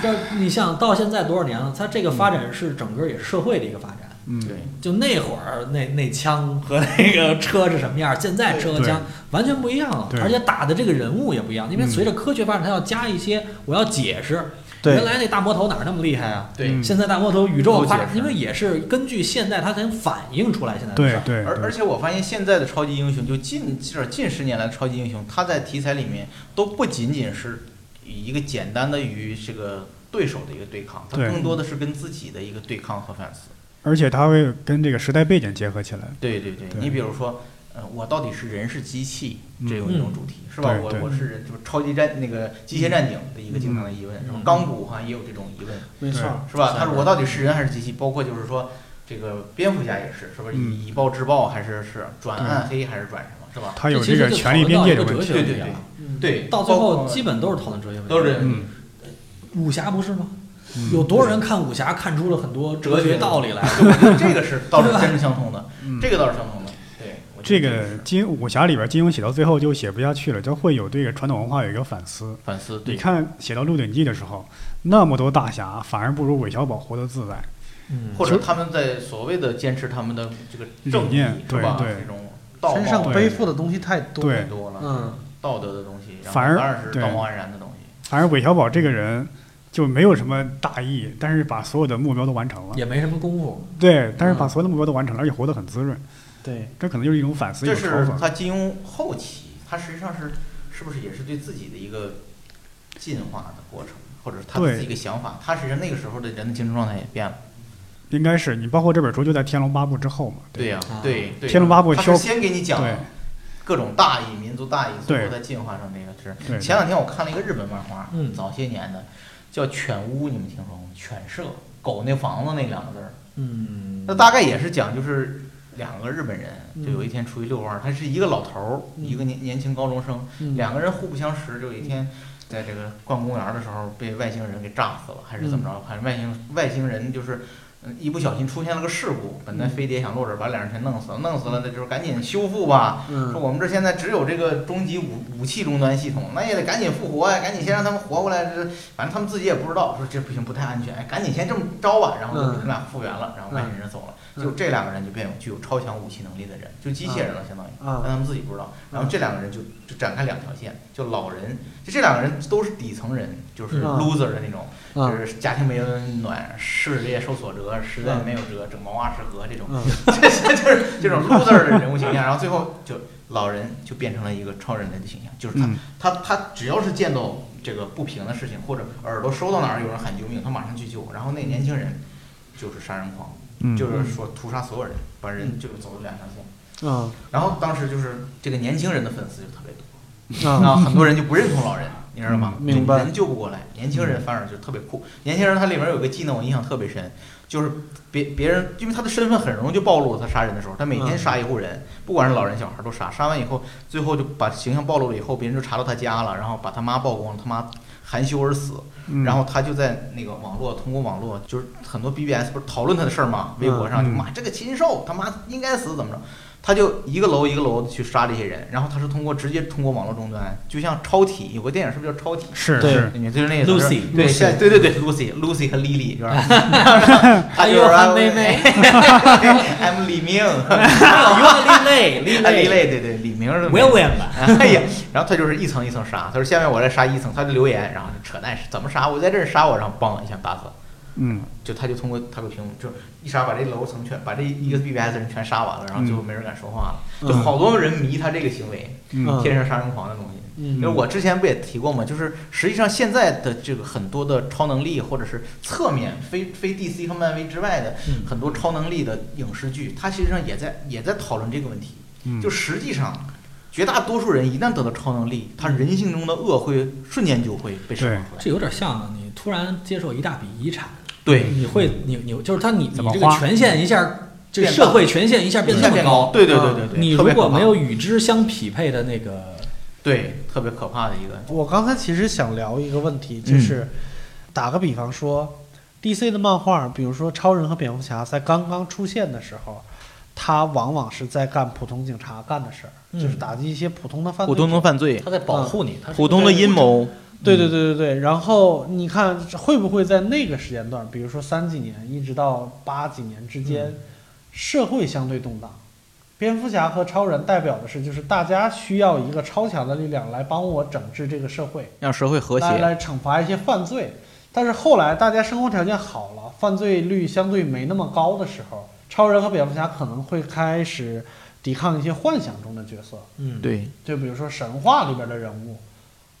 Speaker 6: 这你想到现在多少年了？它这个发展是整个也是社会的一个发展。
Speaker 3: 嗯，
Speaker 1: 对，
Speaker 6: 就那会儿那那枪和那个车是什么样，现在车和枪完全不一样了
Speaker 3: 对，
Speaker 6: 而且打的这个人物也不一样，因为
Speaker 3: 嗯
Speaker 6: 随着科学发展，它要加一些我要解释。
Speaker 7: 对
Speaker 6: 原来那大魔头哪儿那么厉害啊？
Speaker 1: 对
Speaker 3: 嗯
Speaker 6: 现在大魔头宇宙
Speaker 1: 都解
Speaker 6: 发
Speaker 1: 释
Speaker 6: 展，因为也是根据现代它才反映出来现在的事
Speaker 3: 对
Speaker 6: 儿。
Speaker 3: 对，
Speaker 1: 而而
Speaker 3: 对
Speaker 1: 且我发现现在的超级英雄，就近至少近十年来的超级英雄，他在题材里面都不仅仅是以一个简单的与这个对手的一个对抗，他
Speaker 3: 对
Speaker 1: 更多的是跟自己的一个对抗和反思。
Speaker 3: 而且他会跟这个时代背景结合起来。
Speaker 1: 对对对，
Speaker 3: 对
Speaker 1: 你比如说，呃，我到底是人是机器
Speaker 3: 嗯
Speaker 1: 这种一种主题，是吧？
Speaker 3: 对
Speaker 1: 我
Speaker 3: 对
Speaker 1: 我是人，就是超级战那个机械战警的一个经常的疑问，
Speaker 3: 嗯
Speaker 1: 是吧？钢骨好像也有这种疑问，
Speaker 7: 没错，
Speaker 1: 嗯是吧？他说我到底是人还是机器？包括就是说，这个蝙蝠侠也是，是不是
Speaker 3: 嗯
Speaker 1: 以以暴制暴，还是是转暗黑，还是转什么，是吧？
Speaker 3: 他有
Speaker 6: 这
Speaker 3: 这个权力边界的问
Speaker 6: 其
Speaker 3: 题。
Speaker 6: 实就讨论
Speaker 1: 对对
Speaker 6: 到一个哲学问题了
Speaker 1: 对，
Speaker 6: 到最
Speaker 1: 包
Speaker 6: 后
Speaker 1: 括
Speaker 6: 基本都是讨论哲学问题。
Speaker 1: 都是
Speaker 3: 嗯，
Speaker 6: 武侠不是吗？
Speaker 3: 嗯
Speaker 6: 有多少人看武侠看出了很多
Speaker 1: 哲
Speaker 6: 哲
Speaker 1: 学
Speaker 6: 学道理来？
Speaker 1: 我觉得这个是 倒是真是相通的，
Speaker 3: 嗯
Speaker 1: 这个倒是相通的。对，我觉
Speaker 3: 这
Speaker 1: 得个
Speaker 3: 个
Speaker 1: 是
Speaker 3: 金武侠里边，金庸写到最后就写不下去了，就会有对传统文化有一个反思。
Speaker 1: 反思，
Speaker 3: 你
Speaker 1: 对，
Speaker 3: 看写到《鹿鼎记》的时候，那么多大侠，反而不如韦小宝活得自在。
Speaker 6: 嗯
Speaker 1: 或者他们在所谓的坚持他们的这个正
Speaker 3: 理
Speaker 1: 义
Speaker 3: 念，
Speaker 1: 是吧？
Speaker 3: 对对
Speaker 1: 这种道
Speaker 7: 身
Speaker 1: 貌
Speaker 7: 上背负的东西太多，
Speaker 3: 对
Speaker 1: 太多了，
Speaker 7: 嗯，
Speaker 1: 道德的东西，然后
Speaker 3: 反而
Speaker 1: 当然是
Speaker 3: 对
Speaker 1: 道貌岸然的东西，
Speaker 3: 反而韦小宝这个人就没有什么大义，但是把所有的目标都完成了。
Speaker 6: 也没什么功夫。
Speaker 3: 对，但是把所有的目标都完成了，而且活得很滋润。
Speaker 7: 对，
Speaker 3: 这可能就是一种反思，一
Speaker 1: 这
Speaker 3: 种
Speaker 1: 是
Speaker 3: 嘲讽。
Speaker 1: 他金庸后期，他实际上是是不是也是对自己的一个进化的过程，或者是他
Speaker 3: 对
Speaker 1: 自己的一个想法，他实际上那个时候的人的精神状态也变了，
Speaker 3: 应该是你包括这本书就在《天龙八部》之后嘛。
Speaker 1: 对呀、
Speaker 6: 啊
Speaker 1: 对对。
Speaker 3: 天龙八部
Speaker 1: 他
Speaker 3: 修
Speaker 1: 是先给你讲
Speaker 3: 对
Speaker 1: 各种大义、民族大义，最
Speaker 3: 对
Speaker 1: 后在进化成那个是。
Speaker 3: 对
Speaker 1: 前两天我看了一个日本漫画，
Speaker 6: 嗯
Speaker 1: 早些年的，叫《犬屋》，你们听说过吗？犬舍，狗那房子那两个字儿，
Speaker 6: 嗯
Speaker 1: 那大概也是讲就是两个日本人，就有一天出去遛弯儿，他是一个老头儿，
Speaker 6: 嗯
Speaker 1: 一个年年轻高中生，
Speaker 7: 嗯
Speaker 1: 两个人互不相识，就有一天。在这个逛公园儿的时候，被外星人给炸死了，还是怎
Speaker 7: 嗯
Speaker 1: 么着？反正外星外星人就是，嗯一不小心出现了个事故，本
Speaker 7: 嗯
Speaker 1: 来飞碟想落这儿，把两人全弄死了，弄死了那就是赶紧修复吧，说
Speaker 7: 嗯
Speaker 1: 我们这现在只有这个终极武武器终端系统，那也得赶紧复活呀、赶紧先让他们活过来。这反正他们自己也不知道，说这不行，不太安全，哎赶紧先这么着吧。然后就
Speaker 7: 嗯
Speaker 1: 给他俩复原了，然后外星人走了，
Speaker 7: 嗯
Speaker 1: 就这两个人就变为具有超强武器能力的人，就机械人了，相当于，但
Speaker 7: 啊
Speaker 1: 他们自己不知道。然后这两个人就就展开两条线，就老人，就这两个人都是底层人，就是
Speaker 7: 嗯
Speaker 1: loser 的那种，
Speaker 3: 嗯
Speaker 7: 啊
Speaker 1: 就是家庭没温暖，事业受所折，实
Speaker 3: 嗯
Speaker 1: 在没有辙，整毛袜是河这种。
Speaker 7: 嗯
Speaker 1: 就是这种 loser 的人物形象，然后最后就老人就变成了一个超人类的形象，就是他、
Speaker 3: 嗯
Speaker 1: 他他只要是见到这个不平的事情，或者耳朵收到哪儿有人喊救命，他马上去救。然后那年轻人就是杀人狂，
Speaker 3: 嗯，
Speaker 1: 就是说屠杀所有人，把人就是走了两条线。
Speaker 7: 啊
Speaker 1: 然后当时就是这个年轻人的粉丝就特别多，然
Speaker 7: 啊
Speaker 1: 后很多人就不认同老人，你知道吗？
Speaker 7: 嗯明白
Speaker 1: 人救不过来，年轻人反而就特别酷。年轻人他里面有个技能我印象特别深，就是别别人因为他的身份很容易就暴露了，他杀人的时候，他每天杀一户人，不管是老人小孩都杀，杀完以后最后就把形象暴露了以后，别人就查到他家了，然后把他妈曝光了，他妈含羞而死，
Speaker 3: 嗯
Speaker 1: 然后他就在那个网络，通过网络就是很多 BBS 不是讨论他的事儿嘛，微博上就
Speaker 3: 嗯
Speaker 1: 骂这个禽兽他妈应该死怎么着，他就一个楼一个楼的去杀这些人，然后他是通过直接通过网络终端，就像超体有个电影是不是叫超体？
Speaker 3: 是
Speaker 7: 对
Speaker 3: 是，
Speaker 1: 你就是那个
Speaker 6: Lucy，
Speaker 1: 对
Speaker 6: Lucy
Speaker 1: 现对对对，Lucy Lucy 和 Lily 就是吧，他就是
Speaker 6: 还有韩梅 梅
Speaker 1: ，I'm 李明，
Speaker 6: 啊，另类，另
Speaker 1: 哎李
Speaker 6: 类
Speaker 1: 磊对对李明是
Speaker 6: ，Will w i l
Speaker 1: 哎呀，然后他就是一层一层杀，他说下面我来杀一层，他就留言，然后就扯淡，怎么杀？我在这儿杀我，然后梆一下打死了，
Speaker 3: 嗯
Speaker 1: 就他就通过他个屏幕，就是一杀把这楼层全把这一
Speaker 3: 嗯
Speaker 1: 个 BBS 人全杀完了，然后最后没人敢说话了，就好多人迷他这个行为，
Speaker 3: 嗯
Speaker 1: 天生杀人狂的东西。因为
Speaker 7: 嗯
Speaker 1: 我之前不也提过嘛，就是实际上现在的这个很多的超能力，或者是侧面非非 DC 和漫威之外的
Speaker 3: 嗯
Speaker 1: 很多超能力的影视剧，它实际上也在也在讨论这个问题。
Speaker 3: 嗯，
Speaker 1: 就是实际上，绝大多数人一旦得到超能力，他人性中的恶会瞬间就会被释放出来。
Speaker 6: 这有点像你突然接受一大笔遗产，
Speaker 1: 对，
Speaker 6: 你会你你就是他你你
Speaker 3: 怎么
Speaker 6: 这个
Speaker 3: 花
Speaker 6: 权限一下，这
Speaker 1: 变大
Speaker 6: 社会权限一下变
Speaker 1: 一
Speaker 6: 得
Speaker 1: 下
Speaker 6: 这么
Speaker 1: 变
Speaker 6: 高，
Speaker 1: 对对对
Speaker 7: 啊
Speaker 1: 对对，
Speaker 6: 你
Speaker 1: 特
Speaker 6: 如
Speaker 1: 别可
Speaker 6: 果
Speaker 1: 怕
Speaker 6: 没有与之相匹配的那个，
Speaker 1: 对特别可怕的一个，
Speaker 7: 我刚才其实想聊一个问题，
Speaker 1: 嗯
Speaker 7: 就是、打个比方说，DC 的漫画，比如说超人和蝙蝠侠，在刚刚出现的时候，他往往是在干普通警察干的事儿，
Speaker 6: 嗯
Speaker 7: 就是打击一些普通的犯罪。
Speaker 1: 普通的嗯犯罪，
Speaker 6: 他在保护你，他
Speaker 1: 普通的阴谋，
Speaker 7: 对对对对对。然后你看会不会在那个时间段，比如说三几年一直到八几年之间，
Speaker 1: 嗯
Speaker 7: 社会相对动荡。蝙蝠侠和超人代表的是，就是大家需要一个超强的力量来帮我整治这个社会。
Speaker 1: 让社会和
Speaker 7: 来
Speaker 1: 谐。
Speaker 7: 来惩罚一些犯罪。但是后来大家生活条件好了，犯罪率相对没那么高的时候，超人和蝙蝠侠可能会开始抵抗一些幻想中的角色，
Speaker 6: 嗯，
Speaker 1: 对，
Speaker 7: 就比如说神话里边的人物，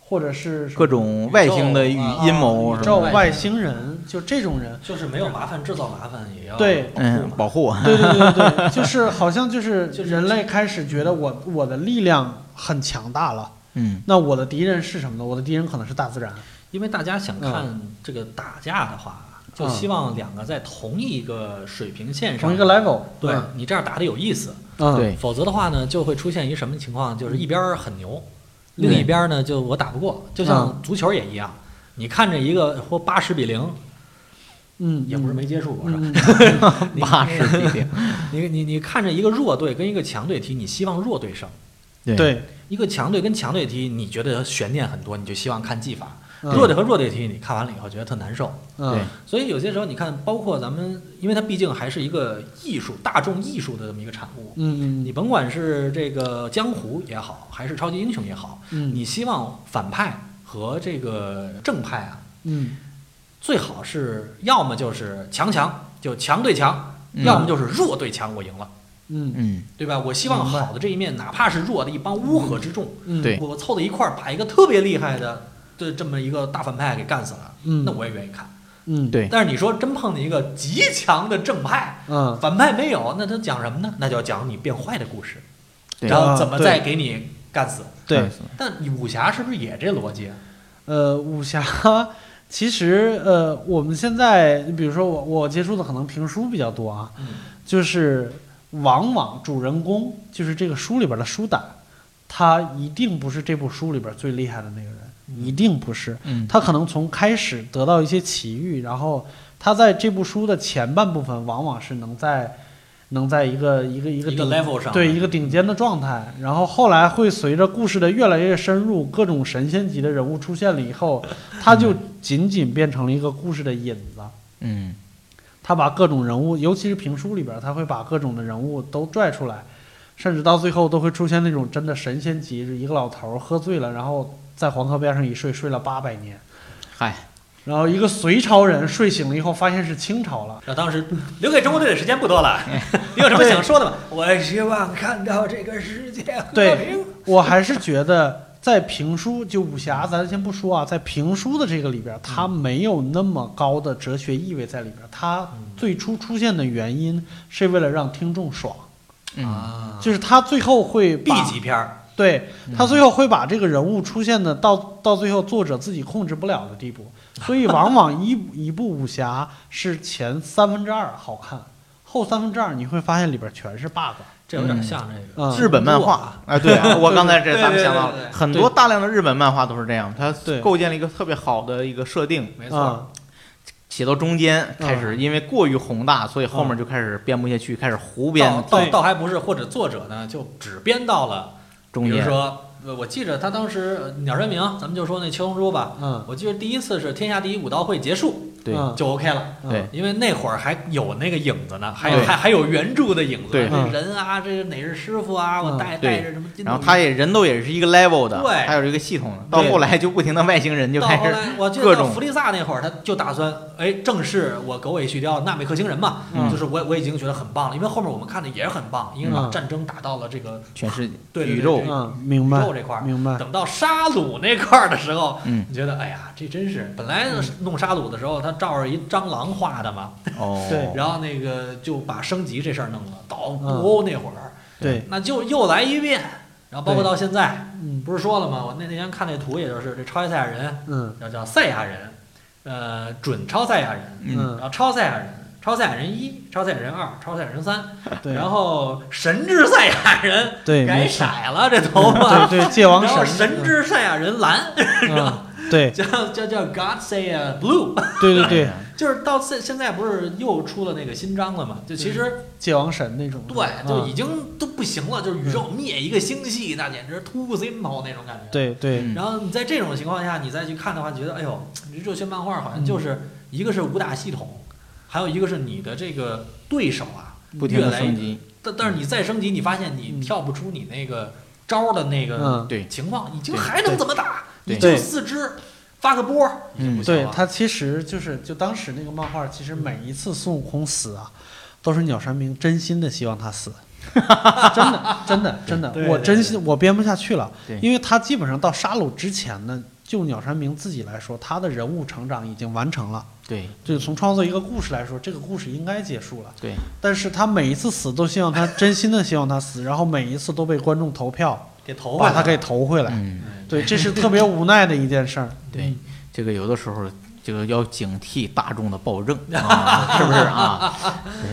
Speaker 7: 或者是什么
Speaker 1: 各种外星的
Speaker 6: 宇
Speaker 1: 与
Speaker 6: 宙
Speaker 7: 啊
Speaker 1: 阴谋
Speaker 7: 宇
Speaker 1: 什
Speaker 7: 宙
Speaker 1: 么的，
Speaker 7: 外星人，就这种人。
Speaker 6: 就是没有麻烦制造麻烦也要
Speaker 7: 对
Speaker 6: 保护
Speaker 1: 嗯，
Speaker 6: 嘛
Speaker 1: 保护。
Speaker 7: 对对对对对，就是好像 就是
Speaker 6: 就是
Speaker 7: 人类开始觉得我我的力量很强大了，
Speaker 1: 嗯，
Speaker 7: 那我的敌人是什么呢？我的敌人可能是大自然。
Speaker 6: 因为大家想看这个打架的话，就希望两个在同一嗯个水平线上，
Speaker 7: 同一个 level，
Speaker 6: 对
Speaker 7: 嗯
Speaker 6: 你这样打的有意思，
Speaker 7: 嗯，
Speaker 1: 对，
Speaker 6: 否则的话呢，就会出现一什么情况，就是一边儿很牛，另一边儿呢就我打不过，就像足球也一样，你看着一个或八十比零，
Speaker 7: 嗯，
Speaker 6: 也不是没接触过是吧？
Speaker 7: 嗯
Speaker 1: 八十比零，
Speaker 6: 你你你看着一个弱队跟一个强队踢，你希望弱队胜；
Speaker 1: 对
Speaker 7: 嗯 对，
Speaker 6: 一个强队跟强队踢，你觉得悬念很多，你就希望看技法；
Speaker 7: 嗯
Speaker 6: 弱队和弱队踢，你看完了以后觉得特难受。
Speaker 7: 嗯
Speaker 1: 对
Speaker 6: 所以有些时候你看，包括咱们，因为它毕竟还是一个艺术、大众艺术的这么一个产物。
Speaker 7: 嗯嗯
Speaker 6: 你甭管是这个江湖也好，还是超级英雄也好，
Speaker 7: 嗯
Speaker 6: 你希望反派和这个正派啊，
Speaker 7: 嗯
Speaker 6: 最好是要么就是强强，就强对强，
Speaker 1: 嗯
Speaker 6: 要么就是弱对强，我赢了。
Speaker 7: 嗯
Speaker 1: 嗯，
Speaker 6: 对吧？我希望
Speaker 7: 明白
Speaker 6: 好的这一面，哪怕是弱的一帮乌合之众，
Speaker 7: 嗯
Speaker 1: 对
Speaker 6: 我凑到一块儿，把一个特别厉害的这这么一个大反派给干死了，
Speaker 7: 嗯
Speaker 6: 那我也愿意看。
Speaker 7: 嗯，
Speaker 1: 对
Speaker 6: 但是你说真碰见一个极强的正派，
Speaker 7: 嗯，
Speaker 6: 反派没有，那他讲什么呢？那就要讲你变坏的故事，
Speaker 1: 对
Speaker 6: 然后怎
Speaker 7: 啊
Speaker 6: 么
Speaker 7: 对
Speaker 6: 再给你干死。
Speaker 7: 对，
Speaker 6: 但你武侠是不是也这逻辑啊？
Speaker 7: 呃，武侠其实呃，我们现在比如说我我接触的可能评书比较多啊，
Speaker 6: 嗯
Speaker 7: 就是往往主人公就是这个书里边的书胆，他一定不是这部书里边最厉害的那个人，一定不是。
Speaker 1: 嗯
Speaker 7: 他可能从开始得到一些奇遇，然后他在这部书的前半部分往往是能在能在一个一个一个
Speaker 6: 一个
Speaker 7: 顶
Speaker 6: level 上
Speaker 7: 对一个顶尖的状态，然后后来会随着故事的越来越深入，各种神仙级的人物出现了以 后，他就仅仅变成了一个故事的引子。
Speaker 1: 嗯
Speaker 7: 他把各种人物，尤其是评书里边儿，他会把各种的人物都拽出来，甚至到最后都会出现那种真的神仙级，一个老头儿喝醉了，然后在黄河边上一睡，睡了八百年。
Speaker 1: 嗨，
Speaker 7: 然后一个隋朝人睡醒了以后，发现是清朝了。
Speaker 6: 那当时留给中国队的时间不多了，
Speaker 7: 哎
Speaker 6: 你有什么想说的吗？
Speaker 2: 我希望看到这个世界和
Speaker 7: 对
Speaker 2: 平。
Speaker 7: 我还是觉得在评书就武侠，咱先不说啊，在评书的这个里边儿，它没有那么高的哲学意味在里边儿。它
Speaker 6: 啊
Speaker 7: 最初出现的原因是为了让听众爽，
Speaker 1: 嗯
Speaker 6: 啊
Speaker 7: 就是它最后会
Speaker 6: B
Speaker 7: 把
Speaker 6: 级片儿，
Speaker 7: 对他最后会把这个人物出现的到到最后作者自己控制不了的地步，所以往往一一部武侠是前三分之二好看，后三分之二你会发现里边全是 bug。
Speaker 6: 这有点像那个。
Speaker 7: 嗯，
Speaker 1: 日本漫画，哎，对啊，我刚才这咱们想到
Speaker 6: 对对对对
Speaker 1: 了
Speaker 6: 对
Speaker 1: 很多大量的日本漫画都是这样，它
Speaker 7: 嗯对
Speaker 1: 构建了一个特别好的一个设定，
Speaker 6: 啊没
Speaker 7: 没
Speaker 6: 错，
Speaker 1: 写到中间开
Speaker 6: 嗯
Speaker 1: 始因为过于宏大，所以后面就开始编不下去，开始胡编
Speaker 6: 倒倒
Speaker 7: 对
Speaker 6: 倒还不是，或者作者呢就只编到了，
Speaker 1: 中
Speaker 6: 比如
Speaker 1: 间。
Speaker 6: 说，呃我记着他当时呃鸟山明，咱们就说那七龙珠吧，
Speaker 7: 嗯，
Speaker 6: 我记得第一次是天下第一武道会结束
Speaker 1: 对
Speaker 7: 嗯
Speaker 6: 就 OK 了。
Speaker 7: 嗯
Speaker 1: 对
Speaker 6: 因为那会儿还有那个影子呢，还有
Speaker 1: 对
Speaker 6: 还还有原著的影子，
Speaker 1: 对
Speaker 6: 这人啊，这是哪是师傅啊，我
Speaker 7: 嗯
Speaker 6: 带
Speaker 1: 对
Speaker 6: 带着什么金童玉女，
Speaker 1: 然后他也人都也是一个 level 的，
Speaker 6: 对
Speaker 1: 还有一个系统的。到
Speaker 6: 对
Speaker 1: 后来就不停的外星人就
Speaker 6: 到
Speaker 1: 开
Speaker 6: 后
Speaker 1: 始，
Speaker 6: 来，我记
Speaker 1: 各
Speaker 6: 得到
Speaker 1: 种
Speaker 6: 弗利萨那会儿，他就打算，哎，正式我狗尾续貂纳美克星人嘛，
Speaker 1: 嗯
Speaker 6: 就是我我已经觉得很棒了，因为后面我们看的也很棒，因为把
Speaker 7: 嗯
Speaker 6: 战争打到了这个
Speaker 1: 全 是
Speaker 6: 对对
Speaker 1: 宇
Speaker 6: 对
Speaker 1: 宙
Speaker 6: 对
Speaker 7: 嗯，明
Speaker 6: 宇
Speaker 7: 白
Speaker 6: 宙这块儿。
Speaker 7: 明白，
Speaker 6: 等到沙鲁那块儿的时候，
Speaker 1: 嗯
Speaker 6: 你觉得哎呀，这真是本来弄沙鲁的时候，他照着一蟑螂画的嘛，
Speaker 1: 哦，嗯
Speaker 7: 对
Speaker 6: 然后那个就把升级这事儿弄了，到布欧那会儿，
Speaker 7: 对，
Speaker 6: 那就又来一遍，然后包括
Speaker 7: 对
Speaker 6: 到现在，
Speaker 7: 嗯
Speaker 6: 不是说了吗？我那那天看那图，也就是这超级赛亚人，
Speaker 7: 嗯
Speaker 6: 叫叫赛亚人，呃，准超赛亚人，
Speaker 1: 嗯
Speaker 6: 然后超赛亚人，超赛亚人一，超赛亚人二，超赛亚人三，
Speaker 7: 对，
Speaker 6: 然后神之赛亚人
Speaker 7: 对
Speaker 6: 改
Speaker 7: 没错
Speaker 6: 色
Speaker 7: 嗯
Speaker 6: 了这头
Speaker 7: 对
Speaker 6: 发，
Speaker 7: 对界王
Speaker 6: 然后
Speaker 7: 神
Speaker 6: 神之赛亚人蓝，
Speaker 7: 嗯，对
Speaker 6: 叫叫叫 God say a blue，
Speaker 7: 对对
Speaker 1: 嗯
Speaker 7: 对，
Speaker 6: 就是到现现在不是又出了那个新章了嘛？就其实
Speaker 7: 界王神那种的，
Speaker 6: 对，就
Speaker 7: 嗯
Speaker 6: 已经都不行了，就是宇宙灭一个星系，那简直 too simple 那种感觉。
Speaker 7: 对对
Speaker 1: 嗯
Speaker 6: 然后你在这种情况下，你再去看的话，觉得哎呦，这热血漫画好像就是
Speaker 7: 嗯
Speaker 6: 一个是武打系统，还有一个是你的这个对手啊，
Speaker 1: 不停
Speaker 6: 越
Speaker 1: 的
Speaker 6: 来
Speaker 1: 升级，
Speaker 6: 但但是你再升级，你发现你
Speaker 7: 嗯
Speaker 6: 跳不出你那个招儿的那个
Speaker 7: 嗯
Speaker 1: 对
Speaker 6: 情况，你就
Speaker 1: 对
Speaker 6: 还能怎么打？
Speaker 1: 对
Speaker 6: 你就
Speaker 7: 对
Speaker 6: 四肢发个波儿，你就不
Speaker 1: 嗯
Speaker 6: 行
Speaker 7: 对
Speaker 6: 了。
Speaker 7: 他其实就是就当时那个漫画，其实每一次孙悟空死啊，都是鸟山明真心的希望他死，真的真的真的
Speaker 6: 对，
Speaker 7: 我
Speaker 6: 对
Speaker 7: 真心我编不下去了
Speaker 1: 对，
Speaker 7: 因为他基本上到杀戮之前呢，就鸟山明自己来说，他的人物成长已经完成了。
Speaker 1: 对
Speaker 7: 就是从创作一个故事来说，这个故事应该结束了。
Speaker 1: 对，
Speaker 7: 但是他每一次死都希望他真心的希望他死，然后每一次都被观众投票
Speaker 6: 给头发
Speaker 7: 把他给投回来。
Speaker 1: 嗯
Speaker 7: 对，这是特别无奈的一件事儿。嗯
Speaker 1: 对，这个有的时候这个要警惕大众的暴 政，啊，是不是啊？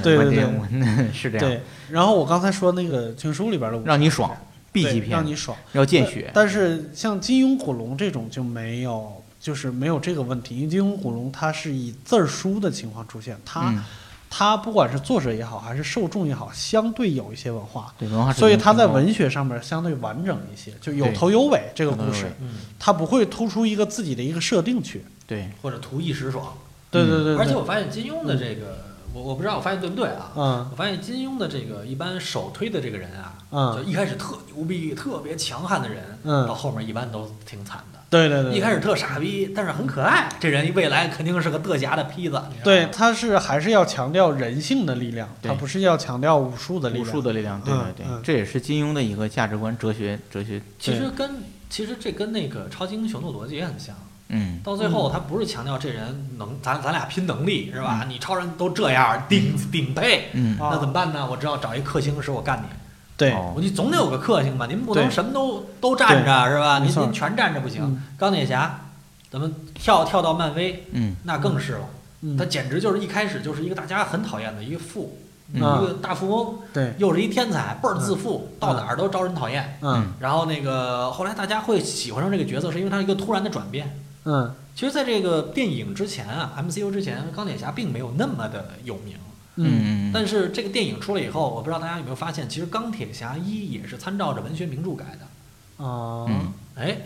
Speaker 7: 对
Speaker 1: 我
Speaker 7: 对
Speaker 1: 这
Speaker 7: 对
Speaker 1: 我 是这样，
Speaker 7: 对，然后我刚才说那个情书里边的武
Speaker 1: 让你
Speaker 7: 侠
Speaker 1: 爽
Speaker 7: 片
Speaker 1: ，B
Speaker 7: 对
Speaker 1: 级片
Speaker 7: 让你爽，
Speaker 1: 要见
Speaker 7: 但
Speaker 1: 血，嗯
Speaker 7: 但是像金庸、古龙这种就没有，就是没有这个问题，因为金庸、古龙它是以字儿书的情况出现，它、
Speaker 1: 嗯，
Speaker 7: 它不管是作者也好，还是受众也好，相对有一些文化。
Speaker 1: 对文化水平
Speaker 7: 所以它在
Speaker 1: 更高
Speaker 7: 文学上面相对完整一些，就有
Speaker 1: 啊嗯对
Speaker 7: 头有尾。这个
Speaker 1: 有头
Speaker 7: 故
Speaker 1: 有
Speaker 7: 事
Speaker 1: 尾，
Speaker 6: 嗯，
Speaker 7: 它不会突出一个自己的一个设定去。
Speaker 1: 对，
Speaker 6: 或者图一时爽。
Speaker 7: 对
Speaker 1: 嗯
Speaker 7: 对对对，
Speaker 6: 而且我发现金庸的这个，我我不知道我发现对不对啊？
Speaker 7: 嗯
Speaker 6: 我发现金庸的这个一般首推的这个人啊，
Speaker 7: 嗯
Speaker 6: 就一开始特牛逼、特别强悍的人，
Speaker 7: 嗯
Speaker 6: 到后面一般都挺惨的。
Speaker 7: 对对对，
Speaker 6: 一开始特傻逼，但是很可爱，这人未来肯定是个嘚侠的坯子。你知道
Speaker 7: 对
Speaker 6: 吗，
Speaker 7: 它是还是要强调人性的力量，它
Speaker 1: 对
Speaker 7: 不是要强调武术的力
Speaker 1: 武
Speaker 7: 量。
Speaker 1: 术的力量，对对
Speaker 7: 嗯
Speaker 1: 对
Speaker 7: 嗯，
Speaker 1: 这也是金庸的一个价值观、哲学、哲学，
Speaker 6: 其实跟其实这跟那个超级英雄的逻辑也很像，
Speaker 1: 嗯
Speaker 6: 到最后，他不是强调这人能，咱咱俩拼能力是
Speaker 7: 嗯
Speaker 6: 吧？你超人都这样，顶顶配，
Speaker 1: 嗯
Speaker 7: 啊
Speaker 6: 那怎么办呢？我只好找一克星使我干你，
Speaker 7: 对，
Speaker 1: 哦
Speaker 6: 我你总得有个克星吧？您不
Speaker 7: 对
Speaker 6: 能什么都都站着是吧？
Speaker 7: 没
Speaker 6: 您
Speaker 7: 错
Speaker 6: 您全站着不行
Speaker 7: 嗯。
Speaker 6: 钢铁侠，咱们跳跳到漫威，
Speaker 1: 嗯
Speaker 6: 那更是了，
Speaker 7: 嗯
Speaker 6: 他简直就是一开始就是一个大家很讨厌的一个富，一
Speaker 1: 嗯
Speaker 7: 啊
Speaker 6: 个大富翁，
Speaker 7: 对，
Speaker 6: 又是一天才，倍儿自负，到哪儿都招人讨厌。
Speaker 7: 嗯
Speaker 6: 然后那个后来大家会喜欢上这个角色，是因为他一个突然的转变。
Speaker 7: 嗯
Speaker 6: 其实，在这个电影之前啊，MCU 之前，钢铁侠并没有那么的有名。
Speaker 7: 嗯
Speaker 1: 嗯
Speaker 6: 但是这个电影出来以后，我不知道大家有没有发现，其实钢铁侠一也是参照着文学名著改的。
Speaker 7: 啊，
Speaker 1: 嗯，
Speaker 6: 哎，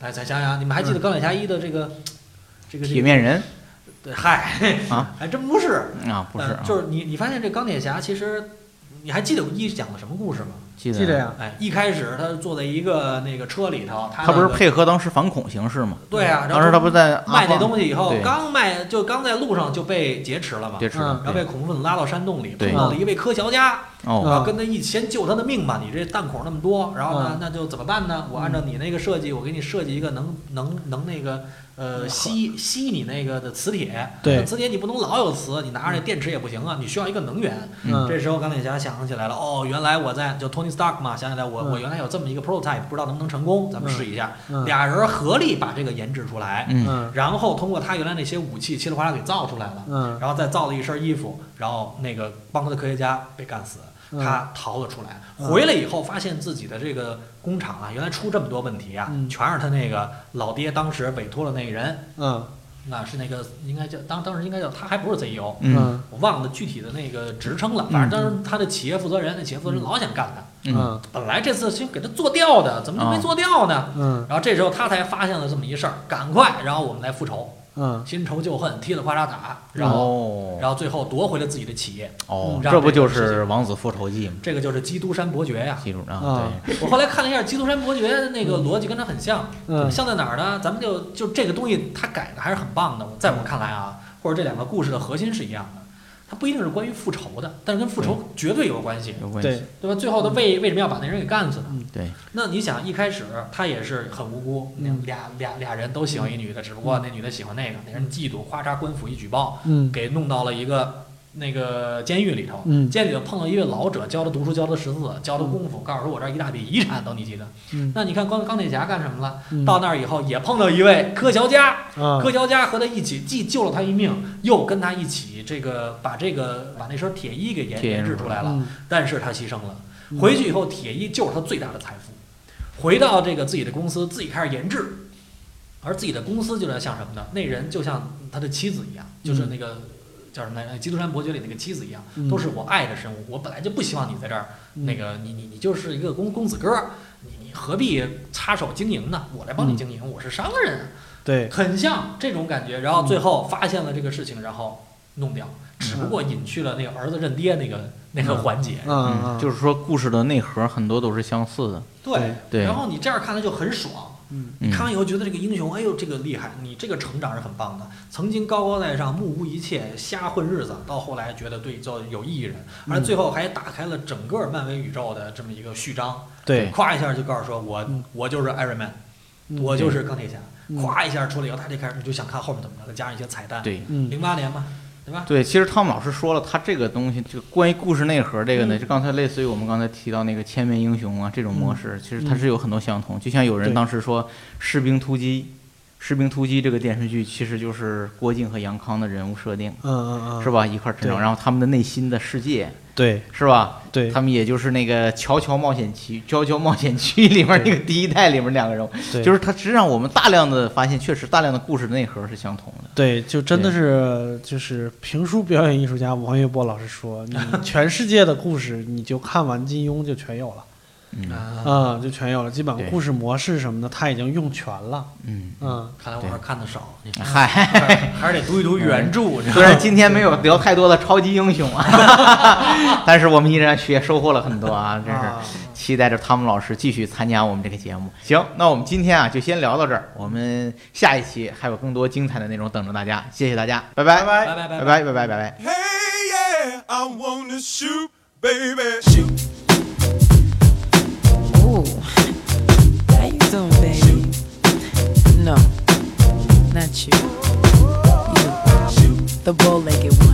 Speaker 6: 来，咱想想，你们还记得钢铁侠一的这个这个这
Speaker 1: 铁
Speaker 6: 个？
Speaker 1: 面人
Speaker 6: 对，嗨，
Speaker 1: 啊
Speaker 6: 还真不是，
Speaker 1: 啊，不是
Speaker 6: 呃
Speaker 1: 啊，
Speaker 6: 就是你你发现这钢铁侠其实，你还记得一讲的什么故事吗？
Speaker 1: 记
Speaker 7: 记得
Speaker 1: 得
Speaker 7: 呀，
Speaker 6: 哎，一开始他坐在一个那个车里头，他
Speaker 1: 啊他不是
Speaker 6: 那个
Speaker 1: 配合当时反恐形势吗？
Speaker 6: 对啊，然
Speaker 1: 当
Speaker 6: 后
Speaker 1: 时他不是在阿
Speaker 6: 卖那
Speaker 1: 方
Speaker 6: 东西以后
Speaker 1: 对，
Speaker 6: 刚卖就刚在路上就被劫持了嘛，
Speaker 1: 劫持
Speaker 7: 嗯
Speaker 1: 了，
Speaker 6: 然后被恐怖分子拉到山洞里，
Speaker 1: 对
Speaker 6: 碰到了一位科学家，
Speaker 1: 哦，
Speaker 6: 然
Speaker 7: 啊
Speaker 6: 后跟他一起先救他的命嘛，你这弹孔那么多，然后
Speaker 1: 啊
Speaker 6: 呢
Speaker 7: 嗯，
Speaker 6: 那就怎么办呢？我按
Speaker 1: 嗯
Speaker 6: 照你那个设计，我给你设计一个能能能那个呃
Speaker 1: 啊
Speaker 6: 吸吸你那个的磁铁，
Speaker 7: 对
Speaker 6: 那磁铁你不能老有磁，你拿着电池也不行啊，你需要一个能源。
Speaker 7: 嗯
Speaker 6: 这时候钢铁侠想起来了，哦，原来我在就 Tony Stark 嘛，想起来我
Speaker 7: 嗯
Speaker 6: 我原来有这么一个 prototype，不知道能不能成功，咱
Speaker 7: 嗯
Speaker 6: 们试一下，
Speaker 7: 嗯
Speaker 6: 俩人合力把这个研制出来。
Speaker 1: 嗯
Speaker 7: 嗯
Speaker 6: 然后通过他原来那些武器稀里哗啦给造出来了，
Speaker 7: 嗯
Speaker 6: 然后再造了一身衣服，然后那个帮他的科学家被干死，他逃了出来，
Speaker 7: 嗯
Speaker 6: 回来以后发现自己的这个工厂啊，原来出这么多问题啊，
Speaker 7: 嗯
Speaker 6: 全是他那个老爹当时委托了那个人，
Speaker 7: 嗯
Speaker 6: 那是那个应该叫当当时应该叫他还不是 E CEO，
Speaker 1: 嗯
Speaker 6: 我忘了具体的那个职称了，反正当时他的企业负责人，那企业负责人老想干他，
Speaker 7: 嗯
Speaker 6: 本来这次是给他做掉的，怎么就没
Speaker 1: 哦
Speaker 6: 做掉呢？
Speaker 7: 嗯
Speaker 6: 然后这时候他才发现了这么一事儿，赶快，然后我们来复仇。
Speaker 7: 嗯，
Speaker 6: 新仇旧恨，踢了夸嚓打，然后、
Speaker 1: 哦
Speaker 6: 然后最后夺回了自己的企业，
Speaker 1: 哦，
Speaker 6: 让
Speaker 1: 这不
Speaker 6: 这
Speaker 1: 就
Speaker 6: 个事
Speaker 1: 是《王子复仇记》吗？
Speaker 6: 这个就是基督山伯爵呀、
Speaker 1: 记住啊
Speaker 7: 啊，
Speaker 1: 对，
Speaker 6: 我后来看了一下基督山伯爵的那个逻辑跟他很像，
Speaker 7: 嗯
Speaker 6: 像在哪儿呢？咱们就就这个东西他改的还是很棒的，在我看来啊，或者这两个故事的核心是一样的。它不一定是关于复仇的，但是跟复仇
Speaker 7: 嗯
Speaker 6: 绝对有关系，
Speaker 1: 有关
Speaker 7: 对
Speaker 1: 系，，
Speaker 6: 对吧？最后他为为什么要把那人给干死呢？
Speaker 1: 对，
Speaker 6: 那你想，一开始他也是很无辜，那
Speaker 7: 嗯
Speaker 6: 俩俩俩人都喜欢一女的，只不过那女的喜欢那个，那人嫉妒，咔嚓，官府一举报，
Speaker 7: 嗯
Speaker 6: 给弄到了一个那个监狱里头。
Speaker 7: 嗯
Speaker 6: 监狱里头碰到一位老者，教他读书，教他识字，教他功夫，告诉说我这儿一大笔遗产都你记得。
Speaker 7: 嗯，
Speaker 6: 那你看钢钢铁侠干什么了？
Speaker 7: 嗯
Speaker 6: 到那儿以后也碰到一位科学家，
Speaker 7: 啊
Speaker 6: 科学家和他一起既救了他一命，又跟他一起这个把这个把那身铁衣给研
Speaker 1: 铁衣
Speaker 6: 研制出来了，
Speaker 7: 嗯
Speaker 6: 但是他牺牲了。
Speaker 7: 嗯
Speaker 6: 回去以后，铁衣就是他最大的财富。回到这个自己的公司，自己开始研制，而自己的公司就在像什么呢？那人就像他的妻子一样，就是那个叫什么来着？基督山伯爵里那个妻子一样，
Speaker 7: 嗯
Speaker 6: 都是我爱的生物。我本来就不希望你在这儿，
Speaker 7: 嗯
Speaker 6: 那个你你你就是一个公公子哥儿，你你何必插手经营呢？我来
Speaker 7: 嗯
Speaker 6: 帮你经营，我是商人啊，
Speaker 7: 对，
Speaker 6: 很像这种感觉。然后
Speaker 7: 嗯
Speaker 6: 最后发现了这个事情，然后弄掉，只不过隐去了那个儿子认爹那个那个环节。
Speaker 7: 嗯
Speaker 1: 嗯，就是说故事的内核很多都是相似的，
Speaker 6: 对
Speaker 1: 对
Speaker 6: 然后你这样看来就很爽。
Speaker 7: 嗯
Speaker 1: 嗯
Speaker 6: 看完以后觉得这个英雄，哎呦，这个厉害，你这个成长是很棒的。曾经高高在上、目无一切、瞎混日子，到后来觉得对叫有意义人，而最后还打开了整个漫威宇宙的这么一个序章。
Speaker 7: 对，
Speaker 6: 咵一下就告诉说我
Speaker 7: 嗯
Speaker 6: 我就是 Iron Man，
Speaker 7: 嗯
Speaker 6: 我就是钢铁侠。
Speaker 7: 嗯
Speaker 6: 咵一下出来以后，他就开始你就想看后面怎么着，再加上一些彩蛋。，
Speaker 1: 对。
Speaker 7: 嗯
Speaker 6: 零八年嘛，对吧？
Speaker 1: 对，其实汤姆老师说了，他这个东西，这个关于故事内核这个
Speaker 7: 嗯
Speaker 1: 呢，就刚才类似于我们刚才提到那个千面英雄啊这种模式，其实它是有很多相同。就像有人
Speaker 7: 嗯对
Speaker 1: 当时说《士兵突击》，《士兵突击》这个电视剧其实就是郭靖和杨康的人物设定，
Speaker 7: 嗯嗯嗯，
Speaker 1: 是吧？一块儿成长，
Speaker 7: 对
Speaker 1: 然后他们的内心的世界，
Speaker 7: 对
Speaker 1: 是吧？
Speaker 7: 对
Speaker 1: 他们也就是那个《乔乔冒险区》《乔乔冒险区》里面那个第一代里面两个人物，
Speaker 7: 对，
Speaker 1: 就是它实际上我们大量的发现，确实大量的故事内核是相同的。
Speaker 7: 对，就真的
Speaker 1: 对
Speaker 7: 是就是评书表演艺术家王岳波老师说， 你全世界的故事你就看完金庸就全有了，
Speaker 1: 嗯
Speaker 6: 啊，
Speaker 7: 啊，就全有了，基本上
Speaker 1: 对
Speaker 7: 故事模式什么的他已经用全了，
Speaker 1: 嗯，
Speaker 7: 嗯，
Speaker 6: 看来我还是看的少，你看
Speaker 1: 嗨。
Speaker 6: 还是得读一读原著，你知道
Speaker 1: 虽
Speaker 6: 吗
Speaker 1: 然今天没有聊太多的超级英雄 啊，但是我们依然学收获了很多啊，真是期待着汤姆老师继续参加我们这个节目。行，那我们今天啊就先聊到这儿，我们下一期还有更多精彩的内容等着大家，谢谢大家，拜拜拜
Speaker 6: 拜拜拜
Speaker 1: 拜拜拜拜拜拜。
Speaker 8: Hey, yeah, I wanna shoot, baby. Shoot.
Speaker 9: Ooh. How you doing, baby? No. not you. You, the bow-legged one.